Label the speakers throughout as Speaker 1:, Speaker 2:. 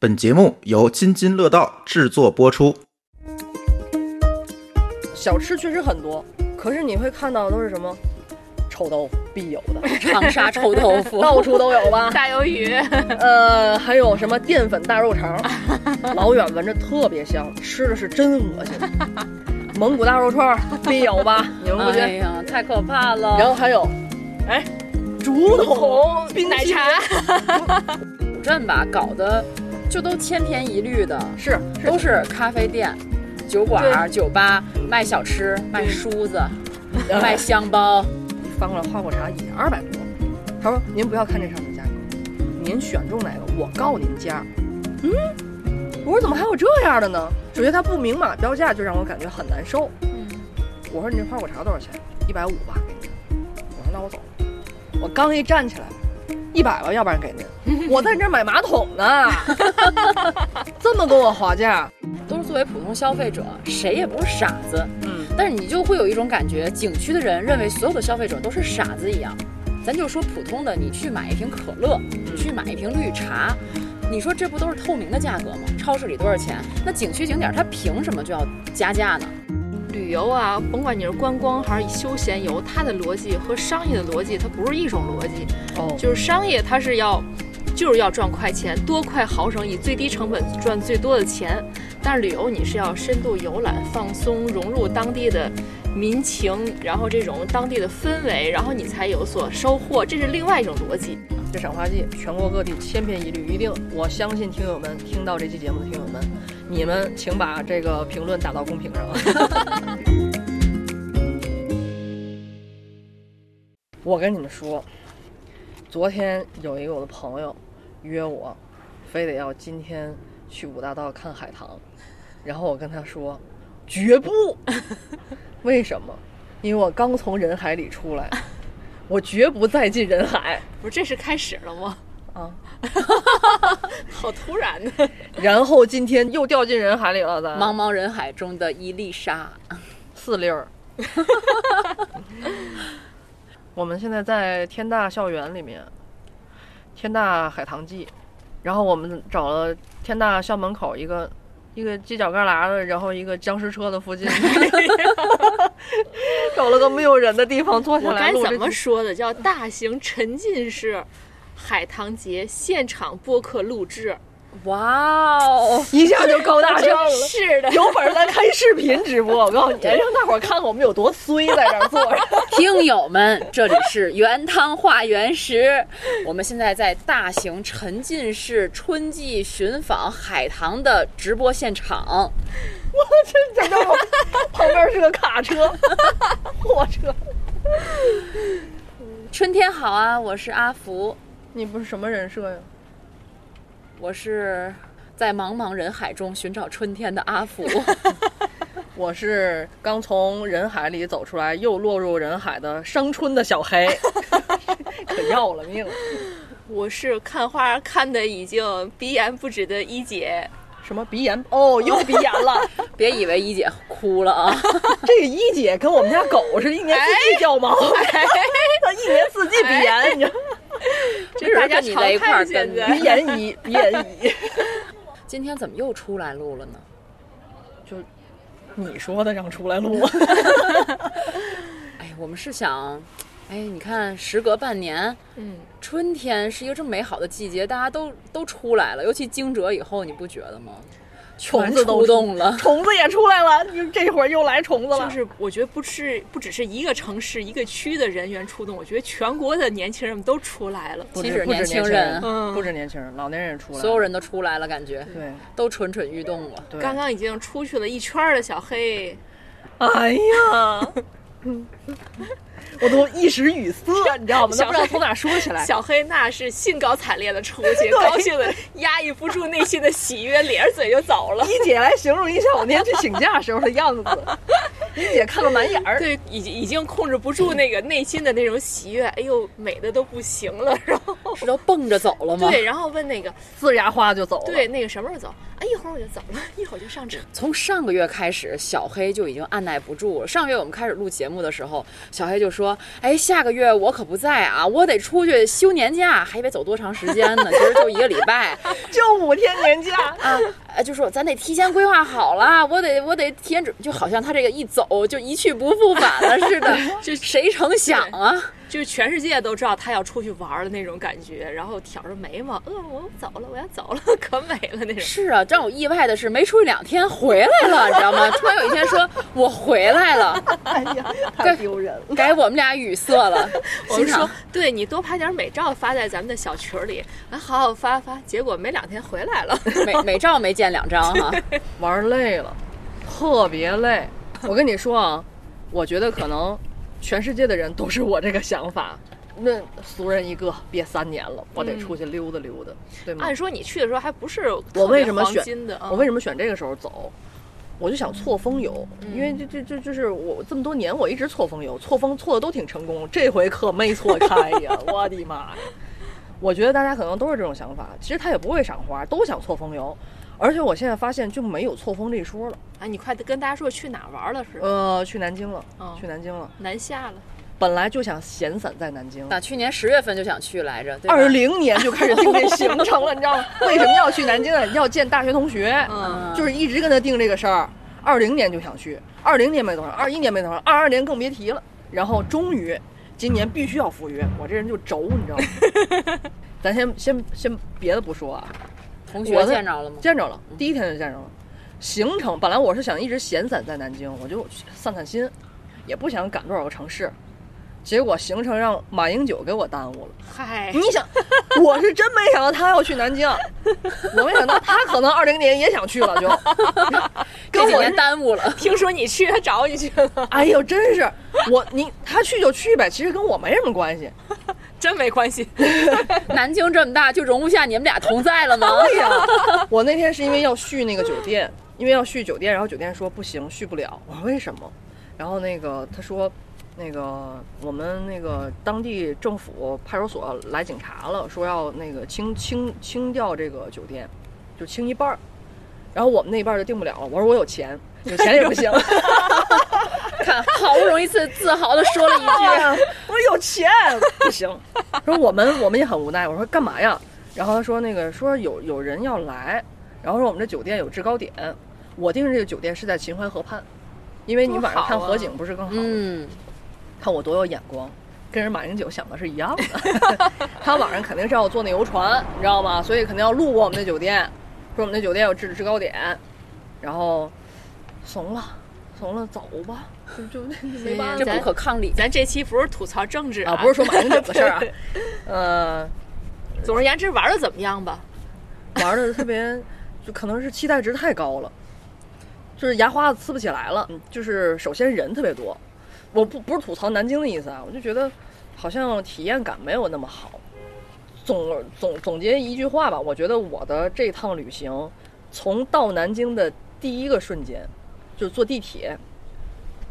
Speaker 1: 本节目由津津乐道制作播出。
Speaker 2: 小吃确实很多，可是你会看到都是什么臭豆腐必有 的，
Speaker 3: 长沙臭豆 腐、
Speaker 2: 到处都有吧？
Speaker 3: 大鱿鱼，
Speaker 2: 呃，还有什么淀粉大肉肠，老远闻着特别香，吃的是真恶 心。蒙古大肉串儿必有吧？你们不觉
Speaker 3: 哎
Speaker 2: 得？
Speaker 3: 呀，太可怕
Speaker 2: 然
Speaker 3: 了！
Speaker 2: 后还有，哎，竹筒冰
Speaker 3: 奶
Speaker 2: 淇淋
Speaker 3: 茶，古镇吧搞得就都千篇一律的，
Speaker 2: 是是
Speaker 3: 都是咖啡店、酒馆、酒吧卖小吃、卖梳子、卖香包，
Speaker 2: 翻过来花果茶也二百多。他说：“您不要看这上面价格，您选中哪个，我告您价。”嗯，我说怎么还有这样的呢？首先它不明码标价，就让我感觉很难受。
Speaker 4: 嗯
Speaker 2: 我说你这花果茶多少钱？一百五吧，给您。我说那我走了。我刚一站起来，一百吧，要不然给 您。我在你这儿买马桶呢，这么跟我划价，
Speaker 3: 都是作为普通消费者，谁也不是傻子，
Speaker 2: 嗯，
Speaker 3: 但是你就会有一种感觉，景区的人认为所有的消费者都是傻子一样。咱就说普通的，你去买一瓶可乐，你去买一瓶绿茶，你说这不都是透明的价格吗？超市里多少钱？那景区景点它凭什么就要加价呢？
Speaker 4: 旅游啊，甭管你是观光还是休闲游，它的逻辑和商业的逻辑它不是一种逻辑。
Speaker 2: 哦，
Speaker 4: 就是商业它是要，就是要赚快钱，多快好省，以最低成本赚最多的钱。但是旅游你是要深度游览、放松、融入当地的民情，然后这种当地的氛围，然后你才有所收获，这是另外一种逻辑。
Speaker 2: 这赏花季全国各地千篇一律，一定我相信听友们听到这期节目的听友们，你们请把这个评论打到公屏上。 我跟你们说，昨天有一个我的朋友约我，非得要今天去五大道看海棠，然后我跟他说绝不，为什么？因为我刚从人海里出来，我绝不再进人海。
Speaker 4: 不是，这是开始了吗？
Speaker 3: 嗯
Speaker 2: 啊，
Speaker 4: 好突然呢。
Speaker 2: 然后今天又掉进人海里了，咱
Speaker 3: 茫茫人海中的一粒沙，
Speaker 2: 四粒儿。 我们现在在天大校园里面，天大海棠记，然后我们找了天大校门口一个一个犄角旮旯的，然后一个僵尸车的附近， 找了个没有人的地方坐下
Speaker 4: 我
Speaker 2: 来
Speaker 4: 该
Speaker 2: 录这
Speaker 4: 怎么
Speaker 2: 期
Speaker 4: 说的？叫大型沉浸式海棠节现场播客录制。
Speaker 3: 哇哦！
Speaker 2: 一下就高大上了。
Speaker 4: 是的，
Speaker 2: 有本事咱开视频直播，我告诉你，哎让大伙儿看看我们有多衰，在这儿坐着。
Speaker 3: 听友们，这里是原汤化原食，我们现在在大型沉浸式春季寻访海棠的直播现场。
Speaker 2: 讲到我旁边是个卡车、货车。
Speaker 3: 春天好啊，我是阿福，
Speaker 2: 你不是什么人设呀？
Speaker 3: 我是在茫茫人海中寻找春天的阿福。
Speaker 2: 我是刚从人海里走出来，又落入人海的伤春的小黑， 可要了命了。
Speaker 4: 我是看花看的已经鼻炎不止的一姐，
Speaker 2: 什么鼻炎？哦， 又鼻炎了。
Speaker 3: 别以为一姐哭了啊，
Speaker 2: 这个一姐跟我们家狗是一年四季掉毛，
Speaker 4: 哎
Speaker 2: 它一年四季鼻炎，你知道吗？
Speaker 3: 没准
Speaker 4: 大
Speaker 3: 儿
Speaker 4: 家
Speaker 3: 跟你
Speaker 4: 常
Speaker 3: 在一块
Speaker 4: 看
Speaker 3: 儿
Speaker 4: 现
Speaker 3: 跟
Speaker 4: 在
Speaker 3: 着。
Speaker 2: 鼻炎姨，鼻炎姨。
Speaker 3: 今天怎么又出来录了呢？
Speaker 2: 你说的让出来 录，
Speaker 3: 哎，我们是想，哎，你看，时隔半年，
Speaker 4: 嗯，
Speaker 3: 春天是一个这么美好的季节，大家都都出来了，尤其惊蛰以后，你不觉得吗？
Speaker 2: 虫
Speaker 3: 全
Speaker 2: 子都
Speaker 3: 出动了，
Speaker 2: 虫子也出来了，就这会儿又来虫子了。
Speaker 4: 就是我觉得不是不只是一个城市一个区的人员出动，我觉得全国的年轻人们都出来了。
Speaker 2: 不
Speaker 3: 其
Speaker 2: 止
Speaker 3: 实
Speaker 2: 不止
Speaker 3: 年
Speaker 2: 年
Speaker 3: 轻
Speaker 2: 轻
Speaker 3: 人
Speaker 4: 嗯
Speaker 2: 不止年轻人，老年人也出来了，
Speaker 3: 所有人都出来了，感觉
Speaker 2: 对。
Speaker 3: 都蠢蠢欲动了。
Speaker 2: 对，
Speaker 4: 刚刚已经出去了一圈儿的小黑，
Speaker 2: 哎 呀，我都一时语塞，你知道吗？都
Speaker 4: 小
Speaker 2: 不知道从哪说起
Speaker 3: 哎
Speaker 2: 来。
Speaker 4: 小黑那是兴高采烈的出 去，高兴的压抑不住内心的喜悦，咧着嘴就 走了。
Speaker 2: 一姐来形容一下我那天去请假时候的样子，一姐看个满眼 儿。
Speaker 4: 对，已经已经控制不住那个内心的那种喜悦，哎呦，美的都不行了。然后
Speaker 3: 是都蹦着走了吗？
Speaker 4: 对，然后问那个，
Speaker 2: 呲牙花就走了。
Speaker 4: 对，那个什么时候走？哎，哎，一会儿我就走了， 一会儿就上车。，
Speaker 3: 从上个月开始，小黑就已经按耐不住了。上个月我们开始录节目的时候，小黑就说：“哎，下个月我可不在啊，我得出去休年假，还以为走多长时间呢，其 实就一个礼拜。”
Speaker 2: 就五天年假，
Speaker 3: 啊，呃就说咱得提前规划好了，我得我得提前准，就好像他这个一走就一去不复返了似的
Speaker 4: 就
Speaker 3: 谁成想啊？
Speaker 4: 就是全世界都知道他要出去玩儿的那种感觉，然后挑着眉毛，呃，我走了，我要走了，可美了那种。
Speaker 3: 是啊，让我意外的是，没出去两天回来了，你知道吗？突然有一天说我回来了，
Speaker 2: 哎呀，太丢人了。
Speaker 3: 给我们俩语塞了。
Speaker 4: 我们
Speaker 3: 心想
Speaker 4: 说，对你多拍点美照发在咱们的小群儿里，啊，好好发发。结果没两天回 来了，
Speaker 3: 美美照没见两张哈，
Speaker 2: 玩累了，特别累。我跟你说啊，我觉得可能全世界的人都是我这个想法。那俗人一个，憋三年了，我得出去溜达溜达，对吗
Speaker 4: 嗯按？说你去的时候还不是
Speaker 2: 我为什么
Speaker 4: 特
Speaker 2: 选
Speaker 4: 别黄金的啊？
Speaker 2: 我为什么选这个时候走？我就想错峰游，
Speaker 4: 嗯
Speaker 2: 因为这这这就是我这么多年我一直错峰游，错峰错的都挺成功，这回可没错开 呀！我的妈呀！我觉得大家可能都是这种想法，其实他也不会赏花，都想错峰游，而且我现在发现就没有错峰这一说了。
Speaker 4: 啊，你快跟大家说去哪儿玩了是吧？
Speaker 2: 呃，去南京了，
Speaker 4: 嗯
Speaker 2: 去南京了。
Speaker 4: 南下了，
Speaker 2: 本来就想闲散在南京，
Speaker 3: 打去年十月份就想去来着，对吧
Speaker 2: 二零年就开始定这行程了，你知道吗？为什么要去南京呢？要见大学同学，
Speaker 4: 嗯，
Speaker 2: 就是一直跟他定这个事儿。二零年就想去，二零年没等上，二一年没等上，二二年更别提了。然后终于今年必须要赴约，我这人就轴，你知道吗？ 咱先先先别的不说啊，
Speaker 3: 同
Speaker 2: 我
Speaker 3: 学
Speaker 2: 的
Speaker 3: 见着了吗？
Speaker 2: 见着了，第一天就见着了。行程本来我是想一直闲散在南京，我就散散心，也不想赶多少个城市。结果行程让马英九给我耽误了。
Speaker 4: 嗨，
Speaker 3: 哎
Speaker 2: 你想，我是真没想到他要去南 京，啊我没想到他可能二零年也想去了就，
Speaker 3: 这
Speaker 2: 跟
Speaker 3: 几
Speaker 2: 我
Speaker 3: 年耽误了。
Speaker 4: 听说你去，他找你去了，
Speaker 2: 哎呦，真是我你他去就去呗，其实跟我没什么关系。
Speaker 4: 真没关系。
Speaker 3: 南京这么大，就容不下你们俩同在了吗？
Speaker 2: 对呀， 我那天是因为要续那个酒店，因为要续酒店，然后酒店说不行，续不了。我说为什么？然后那个他说，那个我们那个当地政府派出所来警察了，说要那个清清清掉这个酒店，就清一半儿。然后我们那一半儿就定不了了。我说我有钱，有钱也不行。
Speaker 3: 看，好不容易自自豪的说了一 句，
Speaker 2: 我有钱，不行。 说我们我们也很无奈，我说干嘛呀？然后他说那个说有有人要来，然后说我们这酒店有制高点，我订这个酒店是在秦淮河畔，因为你晚上看河景不是更好吗？
Speaker 3: 嗯，
Speaker 2: 看我多有眼光，跟人马英九想的是一样的。他晚上肯定是要坐那游船，你知道吗？所以肯定要路过我们那酒店，说我们那酒店有制制高点，然后怂了，怂了，走吧，就就没办法。
Speaker 3: 这不可抗力。
Speaker 4: 嗯咱这期不是吐槽政治
Speaker 2: 啊，不是说马英九的事 儿啊
Speaker 4: 对，
Speaker 2: 呃，
Speaker 4: 总而言之，玩的怎么样吧？
Speaker 2: 玩的特别，就可能是期待值太高了，就是牙花子呲不起来了。就是首先人特别多，我不不是吐槽南京的意思啊，我就觉得好像体验感没有那么好。总总总结一句话吧，我觉得我的这趟旅行，从到南京的第一个瞬间，就是坐地铁，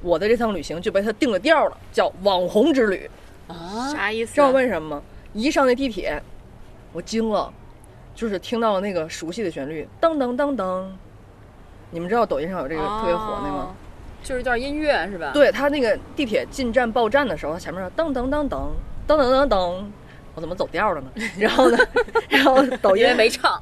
Speaker 2: 我的这趟旅行就被他定了调了，叫网红之旅。
Speaker 3: 啊，
Speaker 4: 啥意思
Speaker 2: 知道
Speaker 4: 啊？
Speaker 2: 为什么吗？一上那地铁，我惊了，就是听到了那个熟悉的旋律，当当当当。你们知道抖音上有这个特别火那个吗？
Speaker 3: 就是一段音乐是吧？，
Speaker 2: 对他那个地铁进站报站的时候，他前面说当当当当当当当当，我怎么走调了呢？然后 呢，然后抖
Speaker 3: 因
Speaker 2: 音
Speaker 3: 为没唱。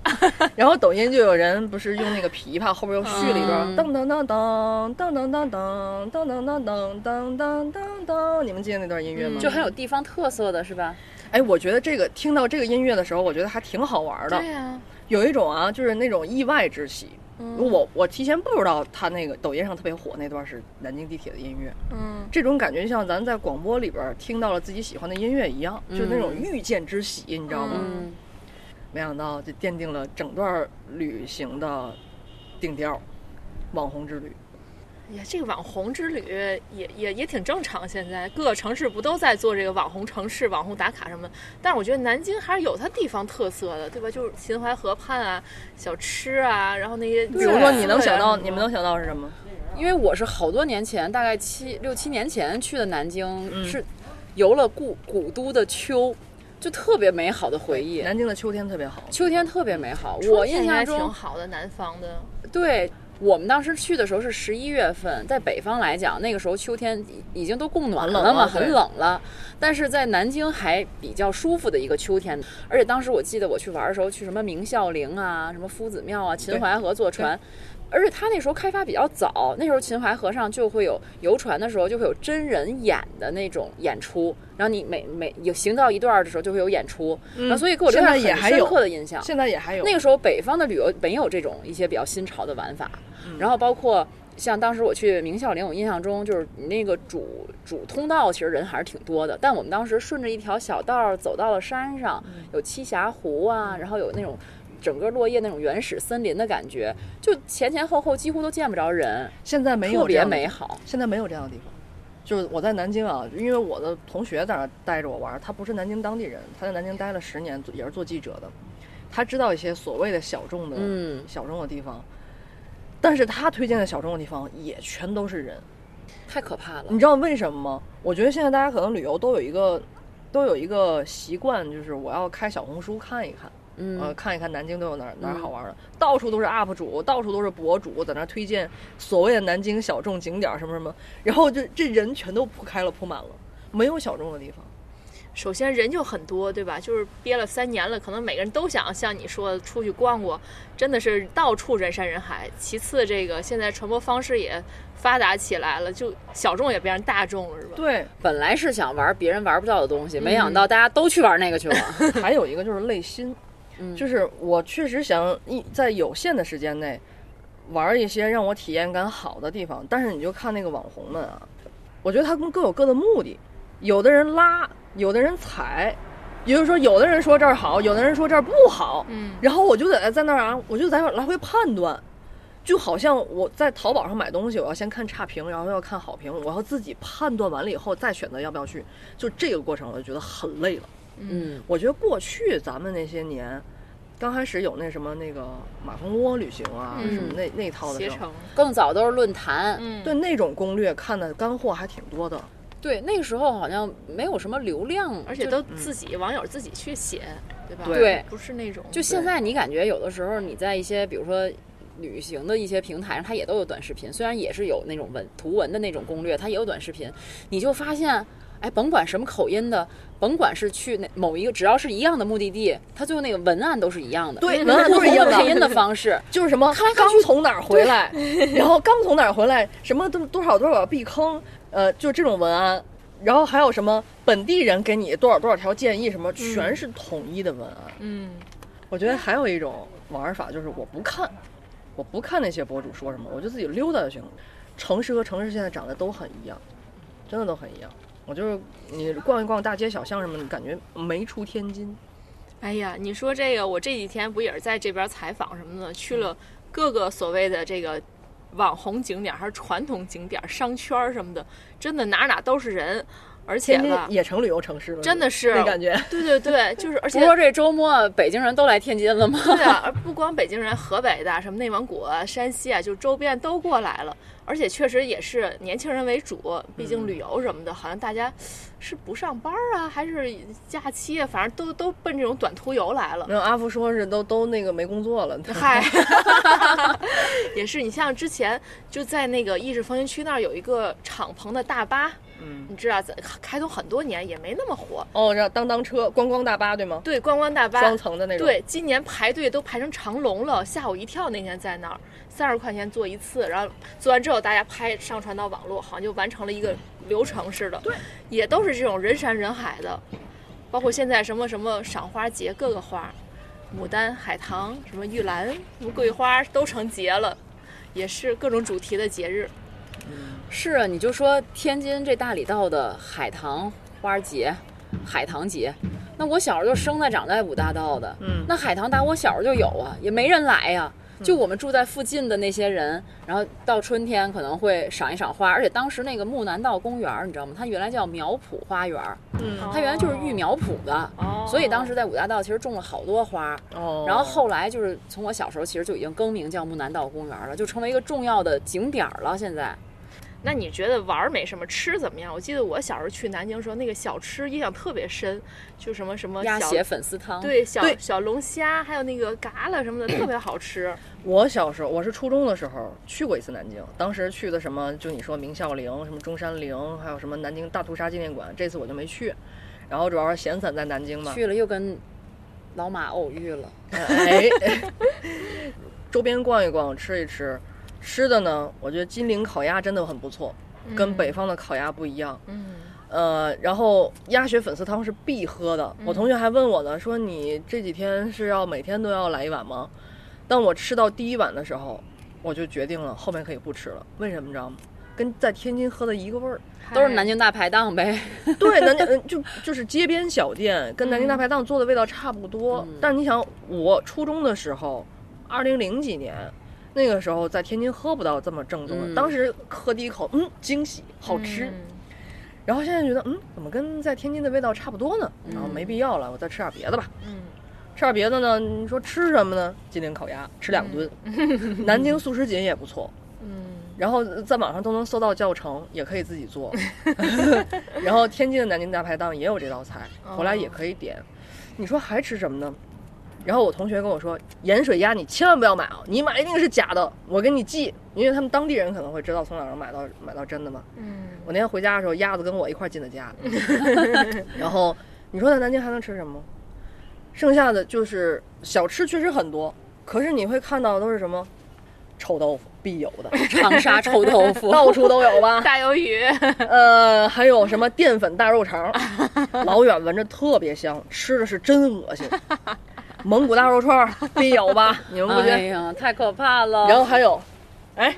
Speaker 2: 然后抖音就有人不是用那个琵琶，后边又续了一段
Speaker 3: 嗯
Speaker 2: 当当当当当当当当当当当当当当当当，你们记得那段音乐吗？
Speaker 4: 嗯
Speaker 3: 就很有地方特色的是吧？
Speaker 2: 哎，我觉得这个听到这个音乐的时候，我觉得还挺好玩的
Speaker 4: 对，呀，
Speaker 2: 有一种啊，就是那种意外之喜。
Speaker 4: 嗯
Speaker 3: 嗯
Speaker 2: 我我提前不知道他那个抖音上特别火那段是南京地铁的音乐，
Speaker 4: 嗯，
Speaker 2: 这种感觉就像咱在广播里边儿听到了自己喜欢的音乐一样，就那种遇见之喜，你知道吗？
Speaker 3: 嗯，
Speaker 2: 没想到就奠定了整段旅行的定调，网红之旅。
Speaker 4: 哎呀，这个网红之旅也也也挺正常。现在各个城市不都在做这个网红城市、网红打卡什么的？但是我觉得南京还是有它地方特色的，对吧？就是秦淮河畔啊，小吃啊，然后那些，比
Speaker 2: 比如说你能想到，你们能想到是什么？
Speaker 3: 因为我是好多年前，大概七六七年前去的南京，
Speaker 2: 嗯
Speaker 3: 是游了故古都的秋。就特别美好的回忆。
Speaker 2: 南京的秋天特别好，
Speaker 3: 秋天特别美好，
Speaker 4: 春
Speaker 3: 我
Speaker 4: 天
Speaker 3: 印象
Speaker 4: 还挺
Speaker 3: 中，
Speaker 4: 好的，南方的
Speaker 3: 对我们当时去的时候是十一月份，在北方来讲，那个时候秋天已已经都供暖
Speaker 2: 很冷
Speaker 3: 了嘛，
Speaker 2: 了对
Speaker 3: 很冷了。但是在南京还比较舒服的一个秋天，而且当时我记得我去玩的时候，去什么明孝陵啊、什么夫子庙啊、秦淮河坐船。而且他那时候开发比较早，那时候秦淮河上就会有游船的时候就会有真人演的那种演出，然后你每每有行到一段儿的时候就会有演出，
Speaker 2: 嗯
Speaker 3: 然后所以给我留下
Speaker 2: 现在也
Speaker 3: 很
Speaker 2: 还
Speaker 3: 深
Speaker 2: 有
Speaker 3: 刻的印象。
Speaker 2: 现在也还有
Speaker 3: 那个时候北方的旅游没有这种一些比较新潮的玩法，
Speaker 2: 嗯
Speaker 3: 然后包括像当时我去明孝陵，我印象中就是你那个主主通道其实人还是挺多的，但我们当时顺着一条小道儿走到了山上，
Speaker 2: 嗯
Speaker 3: 有栖霞湖啊，然后有那种。整个落叶那种原始森林的感觉，就前前后后几乎都见不着人，
Speaker 2: 现在没有
Speaker 3: 特
Speaker 2: 这
Speaker 3: 别
Speaker 2: 样的嗯
Speaker 3: 美好。
Speaker 2: 现在没有这样的地方。就是我在南京啊，因为我的同学在那儿带着我玩儿，他不是南京当地人，他在南京待了十年，也是做记者的，他知道一些所谓的小众的、
Speaker 3: 嗯，
Speaker 2: 小众的地方，但是他推荐的小众的地方也全都是人，
Speaker 3: 太可怕了
Speaker 2: 你。知道为什么吗？我觉得现在大家可能旅游都有一个都有一个习惯，就是我要开小红书看一看，呃，
Speaker 3: 嗯，
Speaker 2: 看一看南京都有哪儿哪儿
Speaker 3: 嗯
Speaker 2: 好玩的，到处都是 UP 主，到处都是博主在那儿推荐所谓的南京小众景点儿什么什么，然后就这人全都铺开了铺满了，没有小众的地方。
Speaker 4: 首先人就很多，对吧？就是憋了三年了，可能每个人都想像你说的出去逛逛，真的是到处人山人海。其次，这个现在传播方式也发达起来了，就小众也变成大众了，是吧？
Speaker 2: 对，
Speaker 3: 本来是想玩别人玩不到的东西，没
Speaker 2: 嗯
Speaker 3: 想到大家都去玩那 个去了。
Speaker 2: 还有一个就是累心，
Speaker 3: 嗯
Speaker 2: 就是我确实想一在有限的时间内玩一些让我体验感好的地方，但是你就看那个网红们啊，我觉得他们各有各的目的，有的人拉，有的人踩，也就是说，有的人说这儿好，有的人说这儿不好，
Speaker 4: 嗯，
Speaker 2: 然后我就得在那儿啊，我就在那儿来回判断。就好像我在淘宝上买东西，我要先看差评，然后要看好评，我要自己判断完了以后再选择要不要去，就这个过程我就觉得很累了。
Speaker 3: 嗯
Speaker 2: 我觉得过去咱们那些年，刚开始有那什么那个马蜂窝旅行啊，
Speaker 4: 嗯
Speaker 2: 什么那那一套的
Speaker 4: 携
Speaker 2: 时候，
Speaker 4: 程，
Speaker 3: 更早都是论坛，
Speaker 4: 嗯，
Speaker 2: 对那种攻略看的干货还挺多的。
Speaker 3: 对，那个时候好像没有什么流量，
Speaker 4: 而且
Speaker 3: 就
Speaker 2: 嗯
Speaker 4: 都自己网友自己去写，对吧？
Speaker 3: 对
Speaker 4: 不是那种
Speaker 3: 就现在你感觉有的时候你在一些比如说。旅行的一些平台上，它也都有短视频，虽然也是有那种文图文的那种攻略，它也有短视频。你就发现，哎，甭管什么口音的，甭管是去哪某一个，只要是一样的目的地，它最后那个文案都是一样的，
Speaker 2: 对
Speaker 3: 文
Speaker 2: 文
Speaker 3: 案
Speaker 2: 案
Speaker 3: 不
Speaker 2: 都是
Speaker 3: 同
Speaker 2: 一
Speaker 3: 的
Speaker 2: 样的
Speaker 3: 配音的 方式，
Speaker 2: 就是什么
Speaker 3: 看来看
Speaker 2: 刚
Speaker 3: 去
Speaker 2: 从哪儿回来， 然后刚从哪儿回来，什么都多少多少避坑，呃，就这种文案。然后还有什么本地人给你多少多少条建议，什么全是统一的文案。
Speaker 4: 嗯，
Speaker 2: 我觉得还有一种玩法就是我不看，我不看那些博主说什么，我就自己溜达就行了。城市和城市现在长得都很一样，真的都很一样。我就是你逛一逛大街小巷什么的，你感觉没出天津。
Speaker 4: 哎呀，你说这个，我这几天不也是在这边采访什么的，去了各个所谓的这个网红景点儿还是传统景点儿、商圈儿什么的，真的哪哪都是人，而且
Speaker 2: 天津
Speaker 4: 吧，
Speaker 2: 也成旅游城市了，
Speaker 4: 真的是
Speaker 2: 那感觉。
Speaker 4: 对对对，就是 而
Speaker 3: 不
Speaker 4: 且
Speaker 3: 说这周末北京人都来天津了吗？
Speaker 4: 对啊，而不光北京人，河北的、什么内蒙古、啊、山西啊，就周边都过来了。而且确实也是年轻人为主，毕
Speaker 2: 嗯
Speaker 4: 竟旅游什么的，好像大家是不上班儿啊，还是假期啊，反正都都奔这种短途游来了。
Speaker 2: 然后阿福说是都都那个没工作了，
Speaker 4: 嗨，也是。你像之前就在那个意式风情区那儿有一个敞篷的大巴，
Speaker 2: 嗯，
Speaker 4: 你知道，在开通很多年也没那么火。
Speaker 2: 哦，让当当车、观光大巴对吗？
Speaker 4: 对，观光大巴
Speaker 2: 双，层的那种。，
Speaker 4: 对，今年排队都排成长龙了，吓我一跳。那天在那儿，三十块钱坐一次，然后做完之后大家拍上传到网络，好像就完成了一个流程似的。对，也都是这种人山人海的，包括现在什么什么赏花节，各个花，牡丹、海棠、什么玉兰、玫瑰花都成节了。也是各种主题的节日，
Speaker 3: 是啊，你就说天津这大理道的海棠花节、海棠节，那我小时候就生在长在五大道的，
Speaker 2: 嗯
Speaker 3: 那海棠大我小时候就有啊，也没人来呀、就我们住在附近的那些人，然后到春天可能会赏一赏花，而且当时那个木南道公园儿，你知道吗？它原来叫苗圃花园儿，
Speaker 2: 嗯，
Speaker 3: 它原来就是育苗圃的，
Speaker 4: 哦
Speaker 3: 所以当时在五大道其实种了好多花儿。
Speaker 2: 哦，
Speaker 3: 然后后来就是从我小时候其实就已经更名叫木南道公园儿了，就成为一个重要的景点儿了。现在
Speaker 4: 那你觉得玩儿美什么，吃怎么样？我记得我小时候去南京的时候，那个小吃印象特别深，就什么什么
Speaker 3: 鸭
Speaker 4: 小
Speaker 3: 血粉丝汤，，
Speaker 4: 对小
Speaker 2: 对
Speaker 4: 小龙虾，还有那个嘎啦什么的，特别好吃。
Speaker 2: 我小时候，我是初中的时候去过一次南京，当时去的什么，就你说明孝陵、什么中山陵，还有什么南京大屠杀纪念馆，这次我就没去。然后主要是闲散在南 京嘛，
Speaker 3: 去了又跟老马偶遇了，
Speaker 2: 哎，周边逛一逛，吃一吃。吃的呢，我觉得金陵烤鸭真的很不错，
Speaker 3: 嗯
Speaker 2: 跟北方的烤鸭不一样。
Speaker 4: 嗯，
Speaker 2: 呃，然后鸭血粉丝汤是必喝的。
Speaker 3: 嗯
Speaker 2: 我同学还问我呢，说你这几天是要每天都要来一碗吗？当我吃到第一碗的时候，我就决定了后面可以不吃了。为什么你知道吗？跟在天津喝的一个 味儿。
Speaker 3: 都是南
Speaker 4: 京。
Speaker 3: 京大排档呗。
Speaker 2: 对，南京嗯就就是街边小店，跟南京大排档做的味道差不多。
Speaker 3: 嗯
Speaker 2: 但是你想，我初中的时候，二零零几年。那个时候在天津喝不到这么正宗的，
Speaker 3: 嗯
Speaker 2: 当时喝第一口，嗯，惊喜，好吃。然后现在觉得，嗯，怎么跟在天津的味道差不多呢？然后没必要了，我再吃点别的吧。
Speaker 4: 嗯，
Speaker 2: 吃点别的呢？你说吃什么呢？金陵烤鸭吃两顿，嗯 南京素食锦也不错。
Speaker 4: 嗯
Speaker 2: 然后在网上都能搜到教程，也可以自己 做。然后天津的南京大排档也有这道菜，回来也可以点。你说还吃什么呢？然后我同学跟我说，盐水鸭你千万不要买啊，你买一定是假的，我给你寄，因为他们当地人可能会知道从哪儿买到买到真的嘛。
Speaker 4: 嗯
Speaker 2: 我那天回家的时候，鸭子跟我一块儿进的家，然后你说在南京还能吃什么？剩下的就是小吃确实很多，可是你会看到都是什么臭豆腐必有的，
Speaker 3: 长沙臭 豆腐，
Speaker 2: 到处都有吧？
Speaker 4: 大鱿鱼，
Speaker 2: 呃，还有什么淀粉大肉肠，老远闻着特别香，吃的是真恶心。蒙古大肉串儿必有吧？你们不觉
Speaker 3: 哎
Speaker 2: 得？
Speaker 3: 呀，太可怕了。
Speaker 2: 然后还有，哎，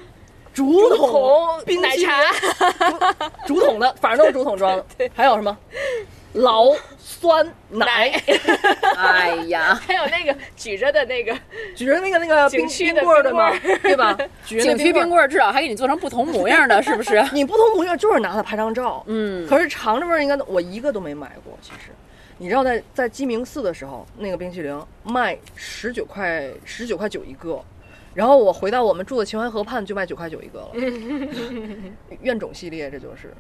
Speaker 2: 竹筒冰
Speaker 4: 奶
Speaker 2: 淇淋
Speaker 4: 茶，
Speaker 2: 竹筒的，反正都是竹筒装的。还有什么老酸奶，
Speaker 3: 哎呀，
Speaker 4: 还有那个举着的那个，
Speaker 2: 举着那个那个
Speaker 4: 景
Speaker 2: 冰
Speaker 4: 区
Speaker 2: 冰
Speaker 4: 的
Speaker 2: 棍儿的
Speaker 4: 冰棍
Speaker 2: 嘛
Speaker 4: 儿，
Speaker 2: 对吧？举着那
Speaker 3: 景区
Speaker 2: 棍儿，
Speaker 3: 冰棍儿至少还给你做成不同模样的，是不是？
Speaker 2: 你不同模样就是拿它拍张照。
Speaker 3: 嗯，
Speaker 2: 可是尝这味儿应该都我一个都没买过，其实。你知道在在鸡鸣寺的时候，那个冰淇淋卖十九块十九块九一个，然后我回到我们住的秦淮河畔就卖九块九一个了。怨种系列这就是。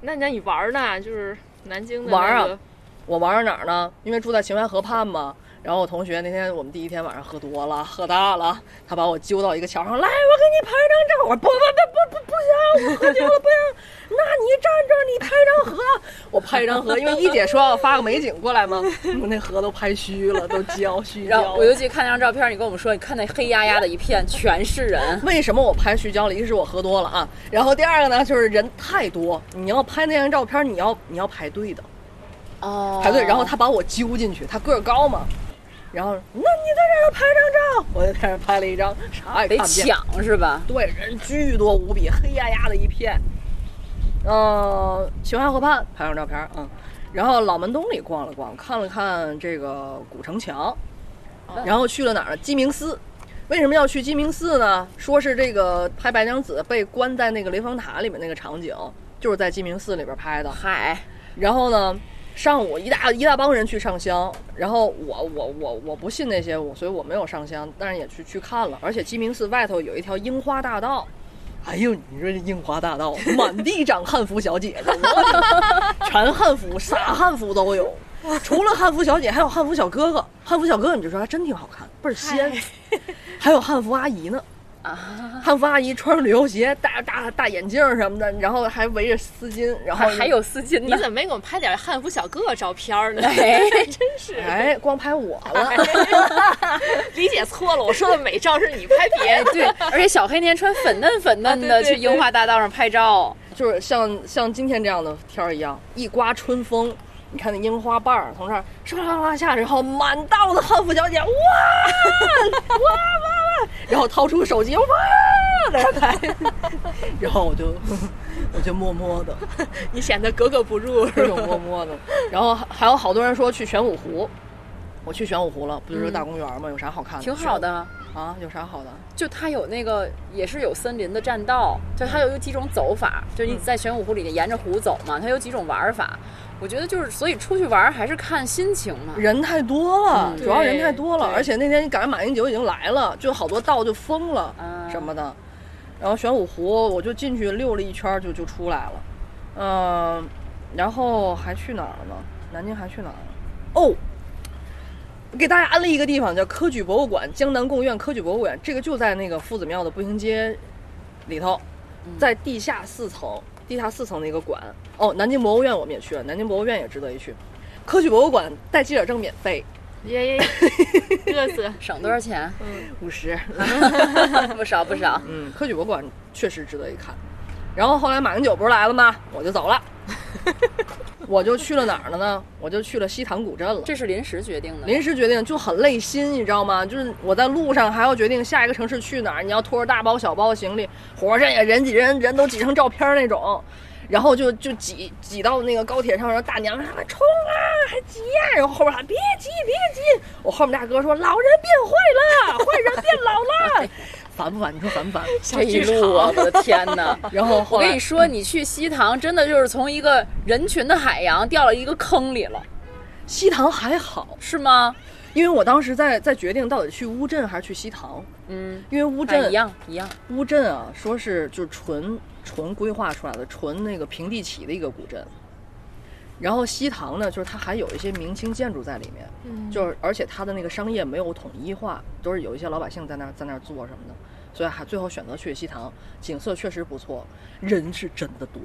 Speaker 4: 那那你玩儿呢？就是南京的
Speaker 2: 玩儿啊
Speaker 4: 那个
Speaker 2: 我玩到哪儿呢？因为住在秦淮河畔嘛。然后我同学那天我们第一天晚上喝多了，喝大了，他把我揪到一个桥上来，我给你拍张照。我说不不不不不不行，我喝酒了不行。那你站这儿，你拍张河，我拍一张河，因为一姐说要发个美景过来嘛，我那河都拍虚了，都焦虚
Speaker 3: 然后
Speaker 2: 焦
Speaker 3: 我。尤其看那张照片，你跟我们说，你看那黑压压的一片，全是人。
Speaker 2: 为什么我拍虚焦了？一个是我喝多了啊，然后第二个呢就是人太多，你要拍那张照片，你要你要排队的。
Speaker 3: 哦
Speaker 2: 排队，然后他把我揪进去，他个儿高嘛，然后那你在这儿拍张照，我就在这儿拍了一张，啥也
Speaker 3: 得
Speaker 2: 看不见。
Speaker 3: 抢是吧？
Speaker 2: 对，人巨多无比，黑压压的一片。嗯、秦淮河畔拍张照片，嗯，然后老门东里逛了逛，看了看这个古城墙，
Speaker 3: 哦
Speaker 2: 然后去了哪儿呢？鸡鸣寺。为什么要去鸡鸣寺呢？说是这个拍白娘子被关在那个雷峰塔里面那个场景，就是在鸡鸣寺里边拍的。
Speaker 3: 嗨，
Speaker 2: 然后呢，上午一大一大帮人去上香，然后我我我我不信那些，我所以我没有上香，但是也去去看了。而且鸡鸣寺外头有一条樱花大道，哎呦，你说这樱花大道 满地长汉服小姐姐，我 的全汉服、啥汉服都有。除了汉服小姐，还有汉服小哥哥。汉服小哥哥，你就说还真挺好看，倍儿仙。还有汉服阿姨呢，
Speaker 3: 啊，
Speaker 2: 汉服阿姨穿着旅游鞋，大大大眼镜什么的，然后还围着丝巾，然后
Speaker 3: 啊还还有丝巾
Speaker 4: 你
Speaker 3: 呢。
Speaker 4: 怎么没给我们拍点汉服小哥哥照片 儿呢？
Speaker 3: 哎，
Speaker 4: 真是
Speaker 2: 哎，光拍我了。
Speaker 4: 理解错了，我说的美照是你拍别
Speaker 3: 哎
Speaker 4: 人的。
Speaker 3: 对，而且小黑那天穿粉嫩粉嫩
Speaker 4: 啊
Speaker 3: 的
Speaker 4: 对对
Speaker 3: 去樱花大道上拍照，
Speaker 2: 就是像像今天这样的天儿一样，一刮春风，你看那樱花瓣儿从这儿唰唰唰下，然后满道的汉服小姐哇哇哇哇，然后掏出手机哇在那拍，然后我就我就默默的，
Speaker 4: 你显得格格 不入。
Speaker 2: 这种默默的，然后还还有好多人说去玄武湖。我去玄武湖了，不就是大公园吗？有啥好看的？
Speaker 3: 挺好的。
Speaker 2: 啊，有啥好的？
Speaker 3: 就它有那个也是有森林的栈道，就它有几种走法，就你在玄武湖里沿着湖走嘛，它有几种玩法。我觉得就是，所以出去玩还是看心情嘛。
Speaker 2: 人太多了，
Speaker 3: 嗯
Speaker 2: 主要人太多了，
Speaker 4: 对
Speaker 2: 而且那天赶上马英九已经来了，就好多道就封了
Speaker 3: 啊
Speaker 2: 什么的。然后玄武湖我就进去溜了一圈儿就就出来了，嗯、然后还去哪儿了呢？南京还去哪儿了？哦，我给大家安利一个地方叫科举博物馆，江南贡院科举博物馆，这个就在那个夫子庙的步行街里头，在地下四层，地下四层的一个馆。哦，南京博物院我们也去了，南京博物院也值得一去。科举博物馆带记者证免费，
Speaker 4: 耶耶， 嘚瑟，
Speaker 3: 省多少钱？
Speaker 2: 五十。
Speaker 3: 不少不少。
Speaker 2: 嗯，科举博物馆确实值得一看。然后后来马英九不是来了吗？我就走 了，我就去了哪儿了呢？我就去了西塘古镇了。
Speaker 3: 这是临时决定的。
Speaker 2: 临时决定就很累心，你知道吗？就是我在路上还要决定下一个城市去哪儿，你要拖着大包小包的行李，火车上也人挤人，人都挤成照片儿那种，然后就就挤挤到那个高铁上，然后大娘们喊冲啊，还挤呀、然后后边喊别挤别挤，我后面大哥说老人变坏了，坏人变老了， 烦不烦？你说烦不烦？
Speaker 3: 这一 路啊，我的天哪！
Speaker 2: 然后
Speaker 3: 我
Speaker 2: 后
Speaker 3: 跟
Speaker 2: 来
Speaker 3: 你说，你去西塘真的就是从一个人群的海洋掉了一个坑里了，
Speaker 2: 西塘还好，
Speaker 3: 是吗？
Speaker 2: 因为我当时在在决定到底去乌镇还是去西塘，
Speaker 3: 嗯，
Speaker 2: 因为乌
Speaker 3: 哎
Speaker 2: 镇
Speaker 3: 一样一样。
Speaker 2: 乌镇啊，说是就是纯纯规划出来的，纯那个平地起的一个古镇。然后西塘呢，就是它还有一些明清建筑在里面，
Speaker 4: 嗯
Speaker 2: 就是而且它的那个商业没有统一化，都是有一些老百姓在那儿在那儿做什么的，所以还最后选择去西塘，景色确实不错，人是真的多，